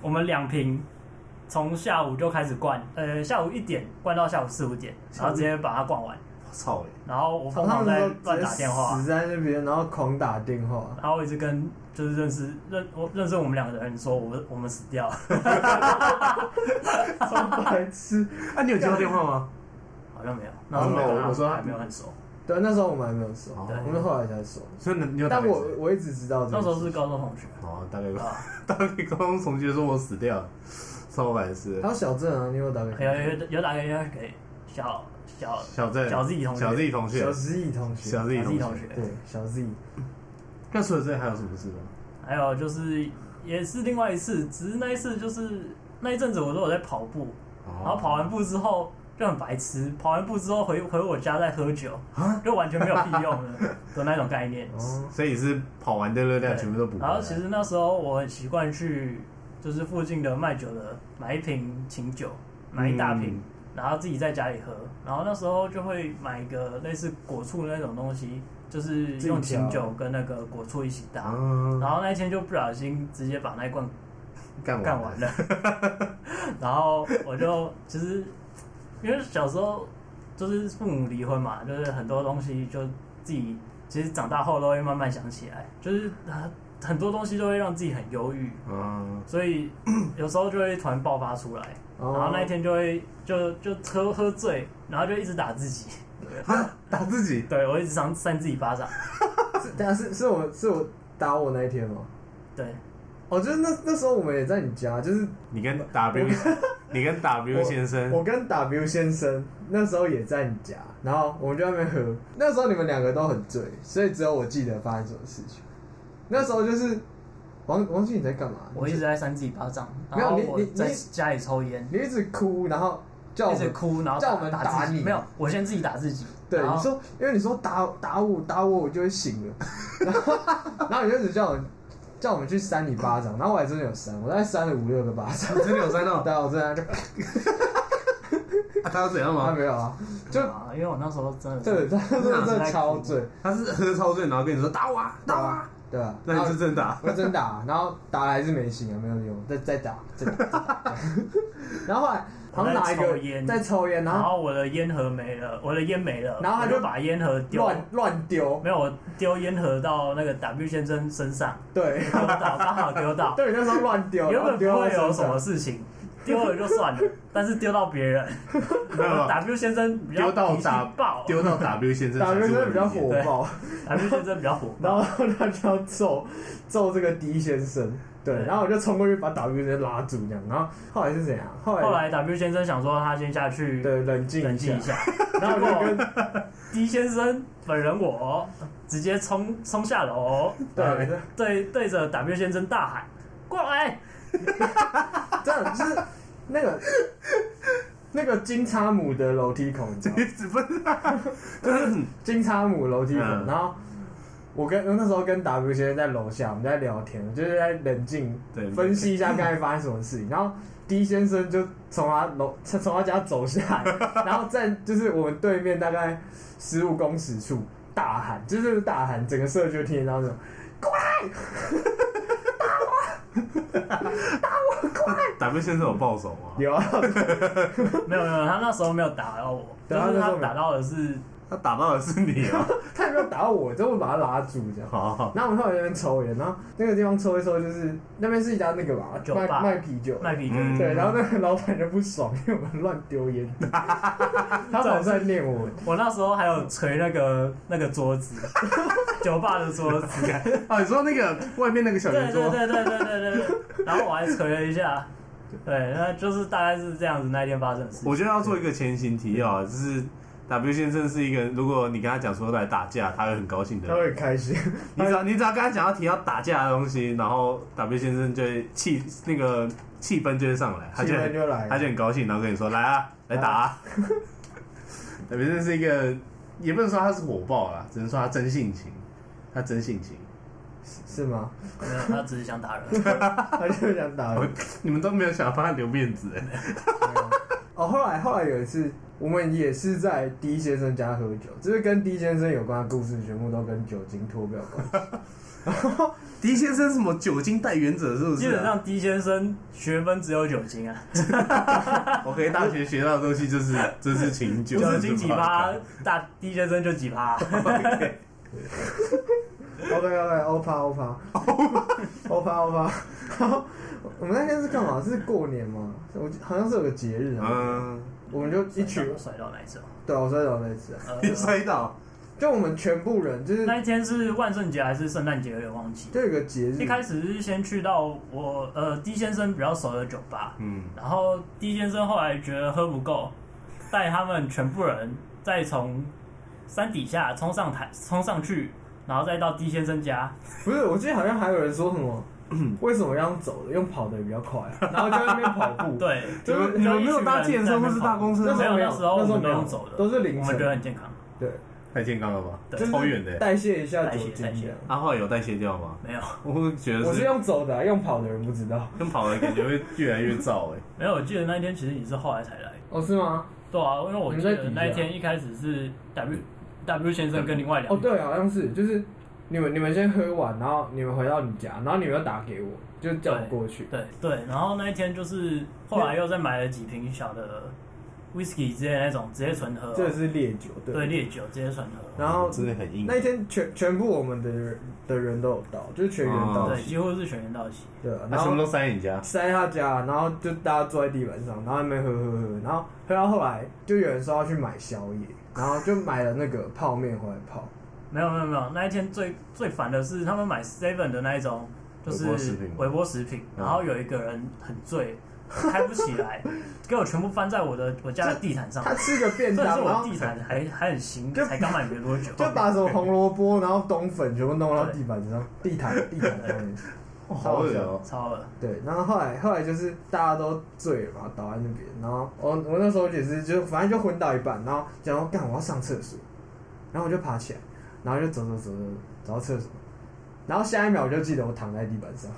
我们两瓶从下午就开始灌，呃下午一点灌到下午四五点，然后直接把它灌完，
我操欸
然后我疯
他
狂
们
在
说
乱打电话
死，在那边，然后狂打电 话。
然后我一直跟就是认识认我认识我们两个的人说我们我们死掉了，
超白痴。
欸！啊，你有接到电话吗？
好像没有，那时候
没有
跟他
我说他
还没有很熟，
对，那时候我们还没有熟，
哦
我们后来才熟。
所以你有打
但
给谁
我我一直知道这
那
个
时
事，
候是高中同学。
哦，大概有
啊，
大概高中同学说我死掉了，超白痴
还。有小郑啊，你有打给
有
他？
有有打个电话给小小
小郑，
小 Z 同学
小 Z 同学
小，Z 同学，
小 Z
小 Z
同
同
学。
学
对小 Z，
那除了这还有什么事吗？
还有就是也是另外一次，只是那一次就是那一阵子我都有在跑步，
哦
然后跑完步之后就很白痴，跑完步之后回回我家再喝酒，
啊
就完全没有屁用了的那种概 念。
哦，
所以是跑完的热量全部都补回来。
然后其实那时候我很习惯去就是附近的卖酒的买一瓶清酒，买一大瓶。
嗯
然后自己在家里喝，然后那时候就会买一个类似果醋那种东西，就是
己
用清
调
酒跟那个果醋一起搭。
啊，
嗯
然后那一天就不小心直接把那一罐
干
干完了， 然后我就其实因为小时候就是父母离婚嘛，就是很多东西就自己其实长大后都会慢慢想起来，就是啊很多东西都会让自己很忧郁，
嗯，
所以 有时候就会突然爆发出来，
哦
然后那一天就会就就喝喝醉，然后就一直打自己，
打自己，
对我一直想扇自己巴掌，
哦是等下是是我是我打我那一天吗？
对，
哦，就是那那时候我们也在你家，就是
你跟 W，你跟 W
我
先生，
我跟 W 先生那时候也在你家，然后我们就在那边喝。那时候你们两个都很醉，所以只有我记得发生什么事情。那时候就是王王俊你在干嘛？
我一直在扇自己巴掌，
没
然
有
后
你
我
你
在
你
家里抽烟，
你一直哭，然后叫我
一直
们
哭，然后
叫我们
打
打
自己
你
没有，我先自己打自己，
对
然后
你说，因为你说打打我打我我就会 醒了，然后然后你就只叫我叫我们去扇你巴掌，然后我还真的有扇，我大概扇了五六个巴掌，
真的有在闹，
对啊，我真的就
啊他要怎样
啊
吗？
没有啊，就
啊，因为我那时候真的
对，他真的真的超醉，
他是喝超醉，然后跟你说打我啊，打我啊，
对啊，
那你是真打
我真打，然后打了还是没醒啊，没有用，再再打，再打，再 打然后后来好像拿一
我在抽
个
烟
在抽烟，然
然
后
后我的烟盒没了，我的烟没了，
然后他
我
就
就把烟盒丢，
乱乱丢
没，有，我丢烟盒到那个 W 先生身上，
对，
丢到刚好丢到，
对，那时候乱 丢，
原
然后
本
丢
不
到
会有
身
什么
上
事情，丢了就算了，但是丢到别人
没有
，W 先生比较
啊丢到
脾气
打
爆
丢到 W 先生
打
才
人
是
真
问
的
题，
比较火
对
爆。
，W 先生比较火爆，
然后他就要揍揍这个 D 先生，对，
对
然后我就冲过去把 W 先生拉住这样，然后后来是怎样？后来
后来 W 先生想说他先下去
对冷静
冷静一
下，
下，
然后我就跟
D 先生本人我直接冲冲下楼，
对
对对着 W 先生大喊过来，
真的就是那个那个金叉母的楼梯孔，你知道吗
只不是
金叉母楼梯孔，
嗯
然后。我跟那时候跟 W 先生在楼下，我们在聊天，就是在冷静
对
分析一下刚才发生什么事情。然后 D 先生就从他楼从从他家走下来，然后在就是我们对面大概十五公尺处大喊，就是大喊，整个社区听得到那种过来
W 先生有暴走吗？
有啊，
没有没有，他那时候没有打到我，
对
但
他那
是
时
他
候没有
打到的是
他打到的是你啊！
他也没有打我，就会把他拉住这 样。
好好，
然后我们后来在那边抽烟，然后那个地方抽一抽，就是那边是一家那个吧，
酒
卖
吧
卖啤酒的，
麦皮酒，
嗯
对，然后那个老板就不爽，因为我们乱 丢烟，他总是在念我们。
我那时候还有捶那个那个桌 子，酒吧的桌子，
啊，你说那个外面那个小
对
圆
对
桌，
对对对对对，然后我还捶了一下，对，那就是大概是这样子那一天发生的事情。
我觉得要做一个前行提要啊，就是 W 先生是一个，如果你跟他讲说来打架，他会很高兴的
他会很开心，
你只要你只要跟他讲要提到打架的东西，然后 W 先生就会气那个气氛就会上来，他
气
就
氛就来
他就
了。
很高兴，然后跟你说来啊，来打、啊。W 先生是一个，也不能说他是火爆啦，只能说他真性情，他真性情。
是吗？
没有，他只是想 打人。
啊他就想打人。
你们都没有想帮他留面子哎、
哦，后来后来有一次，我们也是在 D 先生家喝酒，就是跟 D 先生有关的故事，全部都跟酒精脱不了关系。
狄先生什么酒精代言者是不是、
基
啊？
本上 D 先生学分只有酒精啊，
我可以大学学到的东西就是 就是请酒，
酒精几趴
吧？，
大 D 先生就几 趴。
OK OK，欧巴欧巴欧巴欧巴。然后我们那天是干嘛？是过年吗？我记好像是有个节日啊。
嗯，
我们就一群，
甩到哪一次啊？
对，我摔倒那一次啊，
呃
你摔倒，
就我们全部人就是
那一天是万圣节还是圣诞节？有点忘记。
就有个节日
一，开始是先去到我呃 D 先生比较熟的酒吧，
嗯，
然后 D 先生后来觉得喝不够，带他们全部人再从山底下冲上台，冲上去，然后再到 D 先生家。
不是，我记得好像还有人说什 么，为什么要用走的，用跑的也比较快啊，然后就在那边跑步。
对，
你
就
们
是
你们没有搭计程车或是搭公车
那
没
时
吗？
候
有，
没有
那时候
那
我
时候
们
没
没
有
有走的，
都是凌晨
我们觉得很健康。
对，
太健康了吧？
对
就是
超远的、欸。
代谢一下
代
酒
谢
精
代谢
这样。
阿浩有代谢掉吗？
没有，
我觉得
我是
是
用走的啊、用跑的人不知道。
跟跑的感觉会越来越燥哎、
没有。我记得那一天其实你是后来才来，
哦，是吗？
对啊，因为我记
你在
得
底下
那一天一开始是 W W 先生跟另外两
哦，
个，
对，好像是，就是你们你们先喝完，然后你们回到你家，然后你们又打给我，就叫我过去。
对对，然后那一天就是后来又再买了几瓶小的 whisky 之类的那种直接纯喝哦，
这是烈酒，对。
对烈酒直接纯喝，
然 后
真的很硬。
那一天全全部我们的人的人都有到，就是全员
哦
到
对，
齐，
几乎是全员到齐。
对啊，
他
然
全部都
后
塞你家，
塞他家，然后就大家坐在地板上，然后还没喝喝喝，然后喝到后来就有人说要去买宵夜，然后就买了那个泡面回来泡，
没有没有没有，那一天最最烦的是他们买 seven 的那一种，就是
微波食品
微波食品，
嗯
然后有一个人很醉，开不起 来，给我全部翻在我的我家的地毯上
他，吃个便
这是
当，然
我
后
地毯还还很新，
就
才刚买没多久，
就把什么红萝卜，然后冬粉全部弄到地板上，地毯地毯上面，
哦好恶哦。
超了，
对，然后后来后来就是大家都醉了嘛，倒在那边，然后我我那时候也是就反正就昏到一半，然后讲说干我要上厕所，然后我就爬起来，然后就走走走走走到厕所，然后下一秒我就记得我躺在地板上，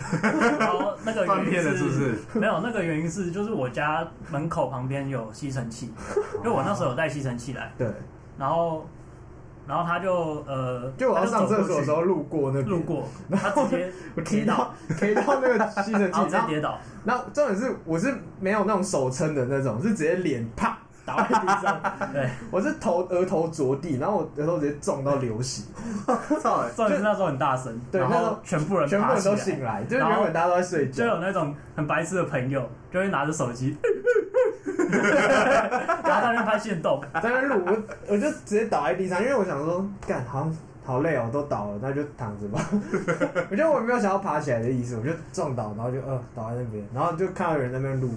然后那个
断
原因
片了是不 是？
没有，那个原因是就是我家门口旁边有吸尘器，
哦
因为我那时候有带吸尘器来，
对，
然后然后他就呃，
就我要上厕所的时候
他
路过那
就走过去
边，
路过，他直接
我
跌
踢
倒，
到踢到那个吸尘
然后直
器，
接
然后
跌倒。
然后重点是我是没有那种手撑的那种，是直接脸啪 倒在地 上，
对，
我是头额头着地，然后我额头直接撞到流血。
操！
重点是那时候很大声，
对
然
那时
后
候
全部人
全部
爬
人
起
都
来，
醒来，就是
然后
原本大家都在睡
就
觉，
有那种很白痴的朋友，就会拿着手机， 然后在那边拍线动，
在那录我我就直接倒在地上，因为我想说，干好像好累哦，都倒了，那就躺着吧。 我觉得我没有想要爬起来的意思，我就撞倒，然后就呃倒在那边，然后就看到有人在那边录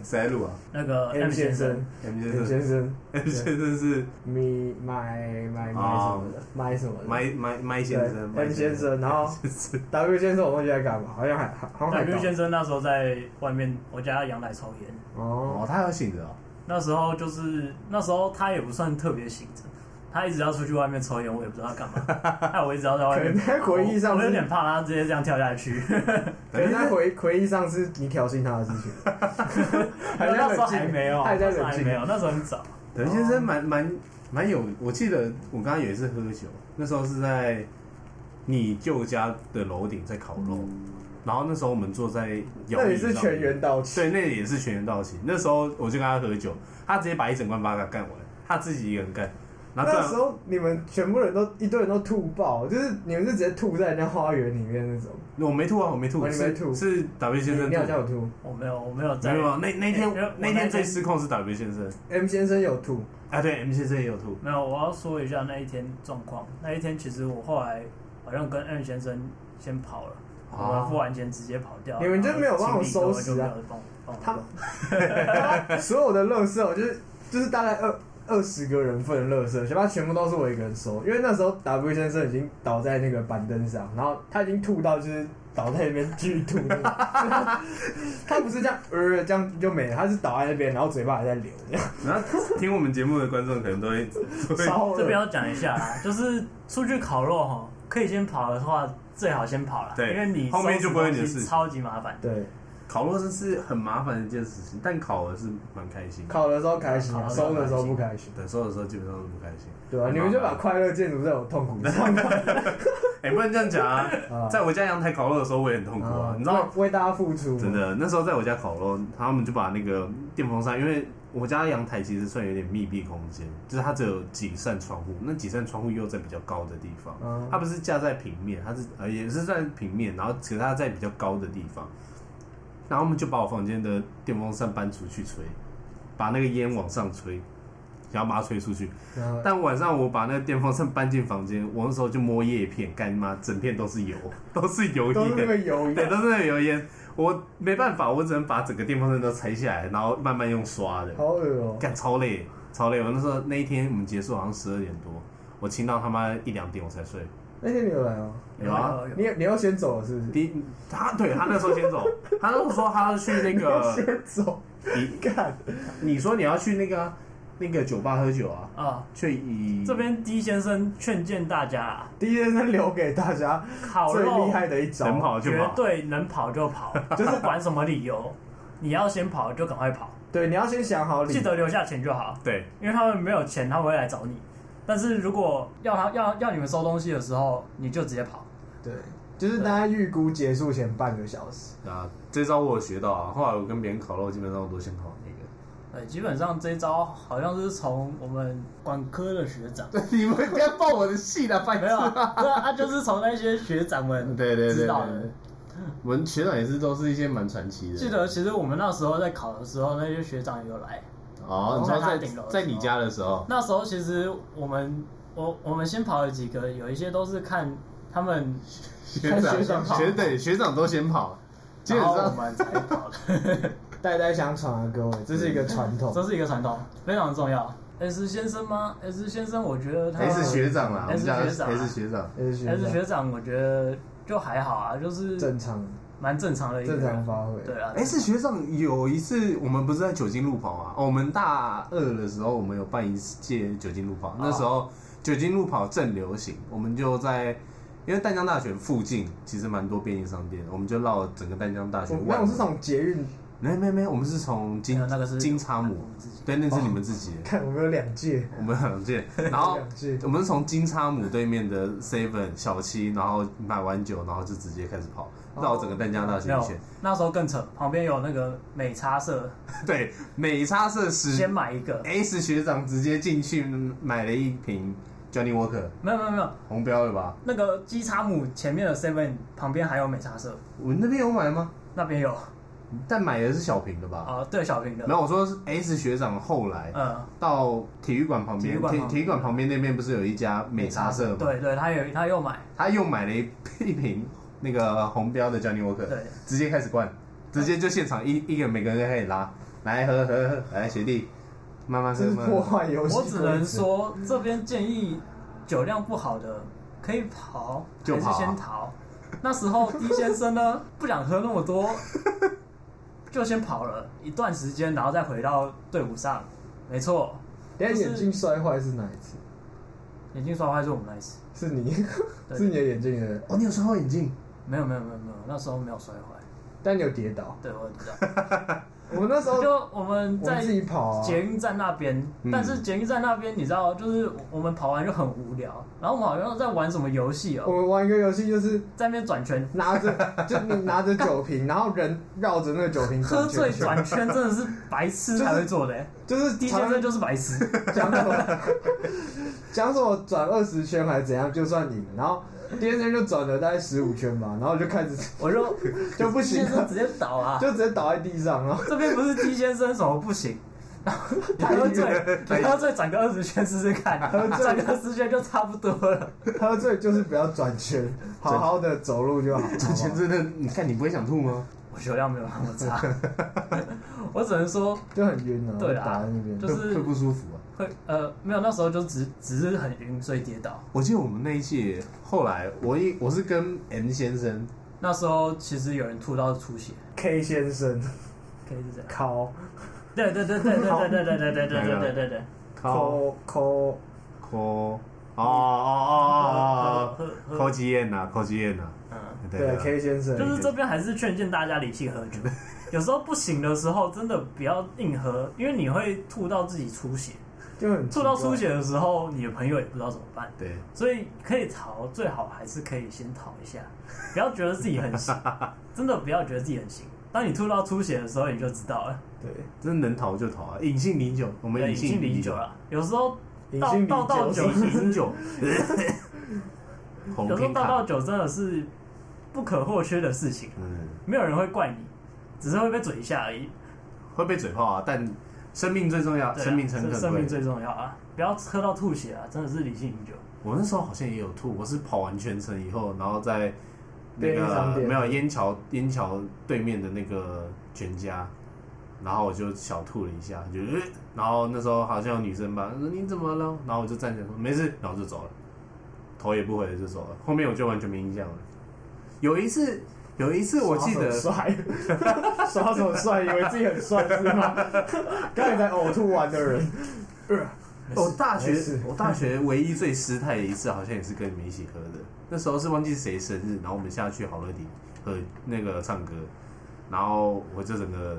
谁在录啊
那个
M 先生
生，
？M 先
，M
生
先生
，M 先生是
，me my my my 什
哦
么的，my 什么的
麦麦麦
对
先生麦
，M 先生，然后
先 生
W 先生我忘记在干嘛，好像还好像还
W
搞
先生那时候在外面我家阳台抽烟，
哦
哦，他有醒着哦，
那时候就是那时候他也不算特别醒着，他一直要出去外面抽烟，我也不知道他干 嘛，哎，我一直要在外面
可能在回忆上
我我
是
有点怕他直接这样跳下去，
可
哎
是他回回忆上次你挑衅他的事情， 还在
那时候
冷
还
静，
没有，
还在
那时候
冷
还
静
没，有，那时候很早，
等先生蛮蛮蛮有，我记得我刚刚有一次喝酒，那时候是在你舅家的楼顶在烤肉，然后那时候我们坐在摇
那
椅
里
上
是
面，
全员到齐，
对，那也是全员到齐。那时候我就跟他喝酒，他直接把一整罐八嘎干完，他自己一个人干，然
啊
后突
那时
然
候你们全部人都一堆人都吐爆，就是你们是直接吐在人家花园里面那种，
我没吐啊，我没吐，
哦你没
是
吐
是 W 先
你
生
你
吐
好。像有吐
我没有我没有
没
在
有，啊那那天
因为
哎
我
那
那天
天最失控是 W 先生
，M 先生有吐，
啊，对 M 先生也有吐，
没有，我要说一下那一天状况。那一天其实我后来好像跟 M 先生先跑了，
哦
我们付完钱直接跑掉。
你们就没有帮我收拾
然后经理哥就
啊
没有帮我帮我
他们所有的垃圾哦，就是就是大概二。二十个人份的垃圾，想把全部都是我一个人收，因为那时候 W 先生已经倒在那个板凳上，然后他已经吐到就是倒在那边巨吐 那种，他不是这样呃这样就没了，他是倒在那边，然后嘴巴还在流，这样
然后听我们节目的观众可能都会 都会
烧
这边
了。
要讲一下啦，就是出去烤肉哈，可以先跑的话，最好先跑了，
对
因为你
后面就不会有你的
收拾东
事
西超级麻烦。
对，
烤肉是是很麻烦的一件事情，但烤的是蛮开心的。
烤的时候开心
烤，的时候
收的时候不开心，
等收的时候基本上都不开心。
对吧、
很麻烦
你们就把快乐建筑在我痛苦上。
哎、不能这样讲啊！
啊
在我家阳台烤肉的时候，我也很痛苦啊，你知道。
为为大家付出，
真。的，那时候在我家烤肉，他们就把那个电风扇，因为我家阳台其实算有点密闭空间，就是它只有几扇窗户，那几扇窗户又在比较高的地方，
嗯
它不是架在平面，它是呃也是在平面，然后只是它在比较高的地方，啊然后他们就把我房间的电风扇搬出去吹，把那个烟往上吹，想要把它吹出去。
然后
但晚上我把那个电风扇搬进房间，我那时候就摸叶片，干妈整片都是油， 都是油
都是那
烟，
个油
对，
烟，
都是那个油烟。我没办法，我只能把整个电风扇都拆下来，然后慢慢用刷的，
好恶哦、
干超累，超累。我那时候那一天我们结束好像十二点多，我清到他妈一两点我才睡。
那天你有来哦、
有啊，
有，
你你要先走了是不是？
第一他对他那时候先走，他那时候说他要去那个，
先走，
你
干，
你说你要去那个啊那个酒吧喝酒啊，
啊，
去以
这边 D 先生劝谏大家啊，
第一先生留给大家
烤
最
肉
厉害的一
能
招，
跑就
绝
跑，
对能跑就 跑，就是管什么理由，你要先跑就赶快跑，
对，你要先想好理
记得留下钱就好。
对。
因为他们没有钱，他们会来找你。但是如果要他要要你们收东西的时候，你就直接跑。
对，就是大家预估结束前半个小时，
啊，这招我有学到啊。后来我跟别人烤肉，基本上我都先烤那个，
对，基本上这一招好像是从我们管科的学长，
对，你们不要爆我的戏了，白痴
没有
啊！
啊，对啊，他就是从那些学长们
对对对
知
对
道的。
我们学长也是都是一些蛮传奇的。
记得其实我们那时候在考的时候，那些学长有来。
哦，你
在
说
他
在
顶楼的
在
时
你
候
家的时候，
那时候其实我们我我们先跑了几个，有一些都是看他们，
学长
学长跑
学对学长都先跑，基本
然后我
上
们才跑的，
代代相传啊，各 位，这是一个传 统。
这是一个传统，非常重要。S 先生吗？S 先生，我觉得他
S 学长啦，我们
S
家
学长啊
S 学长，
也是
S
学
学长，我觉得就还好啊，就是
正常
蛮正常的一个
正
人
常发挥。
对啊，
S 哎学长有一次我们不是在酒精路跑嘛，哦我们大二的时候我们有办一届酒精路
哦
跑，那时候酒精路跑正流行，我们就在。因为淡江大学附近其实蛮多便利商店，我们就绕整个淡江大学
我
哦
外围。
那我是从捷运，
没没没，我们是从金
没有那个是
金叉姆
我们自己，
对，那是你们自己的，
看我们有两届，
我们很见。然后
两届
我们是从金叉姆对面的 Seven 小七，然后买完酒，然后就直接开始跑，绕整个淡江大学
没
一
有
圈。，
那时候更扯，旁边有那个美差社，
对，美差社
先
十
买一个，
S 学长直接进去买了一瓶 Johnny Walker
没有没有没有，
红标了吧？
那个基查姆前面的 Seven 旁边还有美差社，
我那边有买吗？
那边有
但买的是小瓶的吧？
啊，对小平的
没，有，我说是 S 学长后来
嗯，
到体育馆旁
体
边
育，馆
体
旁边
体育馆旁边那边不是有一家美差社吗？
对对，他有他又买，
他又买了一 一瓶那个红标的 Johnny Walker，
对
直接开始灌，直接就现场一一个每个人就开始拉，来喝喝喝，来学弟，慢慢喝
这是
慢
破
慢喝。
坏游戏。
我只能，说这边建议酒量不好的可以跑，
就
还
跑啊
是先逃。那时候 D 先生呢不想喝那么多，就先跑了一段时间，然后再回到队伍上。没错，
等一下
就是
眼镜摔坏是哪一次？
眼镜摔坏是我们那一次，
是你，
对
是你的眼镜的，
哦，你有穿过眼镜？
没有没有没有没有，那时候没有摔坏。
但你有跌倒。
对，我知道。
我们那时候
就我们
我
在
们自己跑啊，
捷运站那边，
嗯
但是捷运站那边你知道，就是我们跑完就很无聊，然后我们好像在玩什么游戏
我
哦，
们玩一个游戏就是
在那边转 圈，
拿着，就你拿着酒瓶，然后人绕着那个酒瓶
喝
转
醉
圈圈，
转圈真的是白痴才会做的、欸，
就是
第一
常
先
常
生就是白痴，
讲 什么讲什么转二十圈还是怎样，就算赢。然后第二天就转了大概十五圈吧，然后就开 始
我就
就不
第一
行
先生
了，
直接倒啊，
就直接倒在地上了。
这边不是 D 先生什么不行。然后你喝醉，你喝醉转个二十圈试试看，转个二十圈就差不多了。
喝醉就是不要转圈，好好的走路就好。
之前
好不好
真的，你看你不会想吐吗？
我酒量没有那么差，我只能说，
就很晕啊，
对啦
打在那边
就
会
是
会不舒服啊。
会呃没有，那时候就只只是很晕，所以跌倒。
我记得我们那一届，后来我一我是跟 M 先生，
那时候其实有人吐到出血，
K 先生
可以是这样。
考
对对对对对对对对对对对对对对对。
抠
考考
抠，哦哦哦哦
喝
哦，抠鸡眼呐，抠鸡眼呐，
嗯，
啊
对 K 先生，
就是这边还是劝谏大家理性喝酒，有时候不行的时候真的不要硬喝，因为你会吐到自己出血，
就很
吐到
奇怪
出，血的时候，你的朋友也不知道怎么办。
对，
所以可以逃，最好还是可以先逃一下，不要觉得自己很行，真的不要觉得自己很行。当你吐到出血的时候，你就知道了。
对，
真能逃就逃啊！隐性零九，我们
对，
隐
已经
性
离
零
酒啊
九。
了。有时候
隐
到
性
到到
零
酒，其实
酒， 红
有时候
瓶
倒倒
卡，
酒真的是不可或缺的事情，
嗯，
没有人会怪你，只是会被嘴一下而已。
会被嘴炮啊，但生命最重要，
对啊
生命诚
这
可
生命
贵。
最重要啊！不要喝到吐血啊！真的是理性饮酒。
我那时候好像也有吐，我是跑完全程以后，然后在那
便利商
个
店
没有烟桥烟桥对面的那个全家，然后我就小吐了一下，就、呃然后那时候好像有女生吧，说你怎么了？然后我就站起来说没事，然后就走了，头也不回的就走了。后面我就完全没印象了。有一次，有一次我记得
啊
耍 手帅，耍手帅，以为自己很帅是吗？刚才才呕吐啊完的人，
我哦大
没
学
事
我大学唯一最失态的一次，好像也是跟你们一起喝的。那时候是忘记谁生日，然后我们下去好乐迪喝那个唱歌，然后我就整个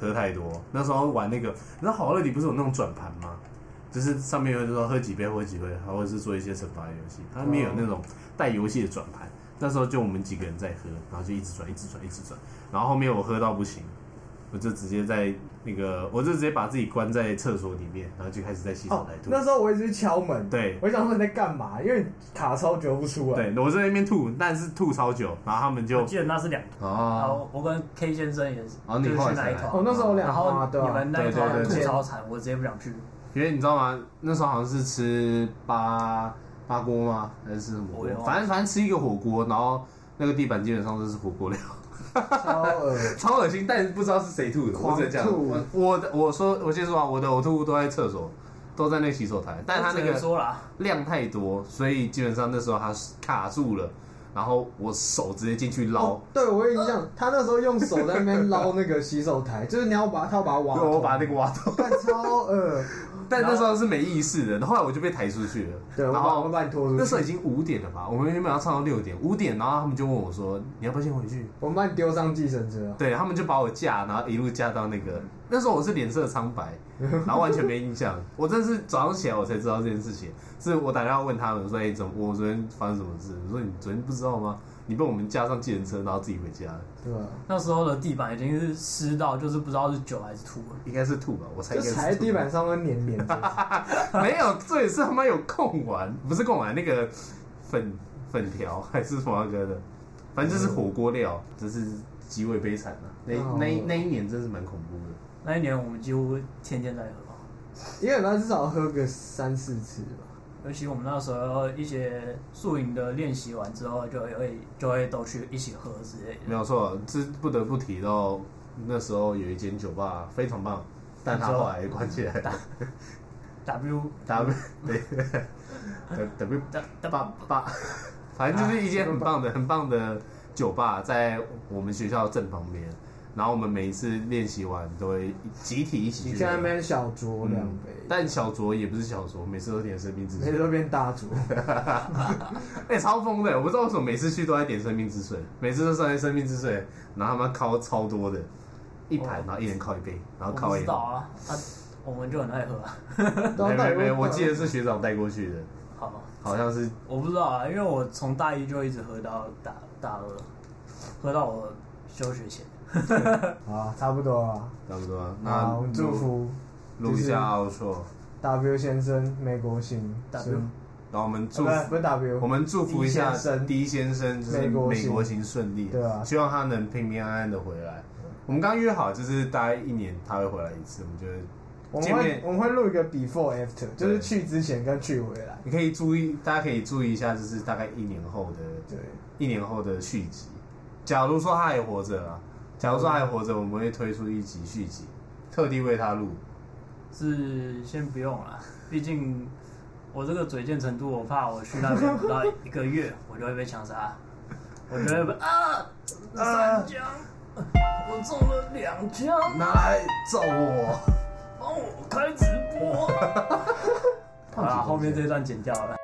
喝太多。那时候玩那个，你知道好乐迪不是有那种转盘吗？就是上面有就说喝几杯喝几杯，或者是做一些惩罚游戏，它里面有那种带游戏的转盘。那时候就我们几个人在喝，然后就一直转，一直转，一直转，然后后面我喝到不行，我就直接在那个，我就直接把自己关在厕所里面，然后就开始在洗手
哦
台，吐。
那时候我一直去敲门，
对
我想说你在干嘛，因为卡超久不出来。
对，我在那边吐，但是吐超久，然后他们就
我记得那是两啊，
哦，
我跟 K 先生也是，
哦
就
你
是
后来
去
才
那一
来
哦，
团，
那时候有两
然后
趴，对
你
啊，
们那一
对对
团
对
吐超惨，我直接不想去，
因为你知道吗？那时候好像是吃八八锅吗？还是什么锅
我也忘？了
反正反正吃一个火锅，然后那个地板基本上都是火锅料，
超恶心
超恶心，但是不知道是谁吐的。我只能讲，
狂吐
我我的我说我先说啊，我的呕吐物都在厕所，都在那个洗手台，但他
我
那
只能
个
说啦，
量太多，所以基本上那时候他卡住了，然后我手直接进去捞。
哦，对，我有印象，他那时候用手在那边捞那个洗手台，就是你要把他要把它挖
对，
通，
我把那个挖走，
干超恶，
但那时候是没意识的，然后后来我就被抬出去了。
对，我
然
把
后
我把你拖出去，
那时候已经五点了吧？我们原本要唱到六点，五点，然后他们就问我说：“你要不要先回去
我们把你丢上计程车？”，
对他们就把我架，然后一路架到那个。那时候我是脸色苍白，然后完全没印象。我真的是早上起来我才知道这件事情，是我打电话问他们说：“哎、怎么我昨天发生什么事？”我说：“你昨天不知道吗？你被我们架上计程车，然后自己回家了，
对吧？
那时候的地板已经是湿到，就是不知道是酒还是吐了。
应该是吐吧？我猜
就
应该是吐
踩在地板上会黏 黏的，
没有，这也是他妈有空玩，不是空玩那个粉粉条还是什么哥的，反正就是火锅料，真是极为悲惨啊！那
哦
那一那一年真是蛮恐怖的。
那一年我们几乎天天在喝，
一个礼拜至少喝个三四次吧。
尤其我们那时候一些宿营的练习完之后，就会就会都去一起喝之类
没
的。
有错，这不得不提到那时候有一间酒吧非常棒，但它后来关 起来
嗯
了。
W
W 对 W
W
八八，反正就是一间很棒的、很棒的酒吧，在我们学校正旁边。然后我们每一次练习完都会集体一起
你
去
在
那
那
边。
边小酌两杯，
但小卓也不是小卓，每次都点生命之
每
水
次，都变大 酌，
哎、超疯的！我不知道为什么每次去都在点生命之水，每次都上来生命之水，然后他们靠超多的，一
哦
盘，然后一人靠一杯，
我
然后靠
不
一
知道啊，他我们就很爱喝啊。
没没没，
到底
我记得是学长带过去的，
好，
好像是
我不知道啊，因为我从大一就一直喝到大大二，喝到我休学前。
啊，差不多啊。
差不多啊。
好，
那
我们祝福
录一下奥硕，
W 先生美国行
W
顺
然后我们祝
啊不
福
是不是 W，
我们祝福一下
第一先生
第一先生，就是美国行顺利，
对啊
希望他能平平安安的回来。我们刚约好，就是大概一年他会回来一次，我们就会
我们
见
会
面
我们会录一个 before after，就是去之前跟去回来。
你可以注意，大家可以注意一下，就是大概一年后的
对，
一年后的续集。假如说他还活着啊，假如说他还活着，我们会推出一集续集，特地为他录。
是先不用了，毕竟我这个嘴贱程度，我怕我去那边不到一个月，我就会被枪杀。我就会被啊三枪，我中了两枪，
拿来揍我！
哦帮我开直播。好啦，后面这段剪掉了。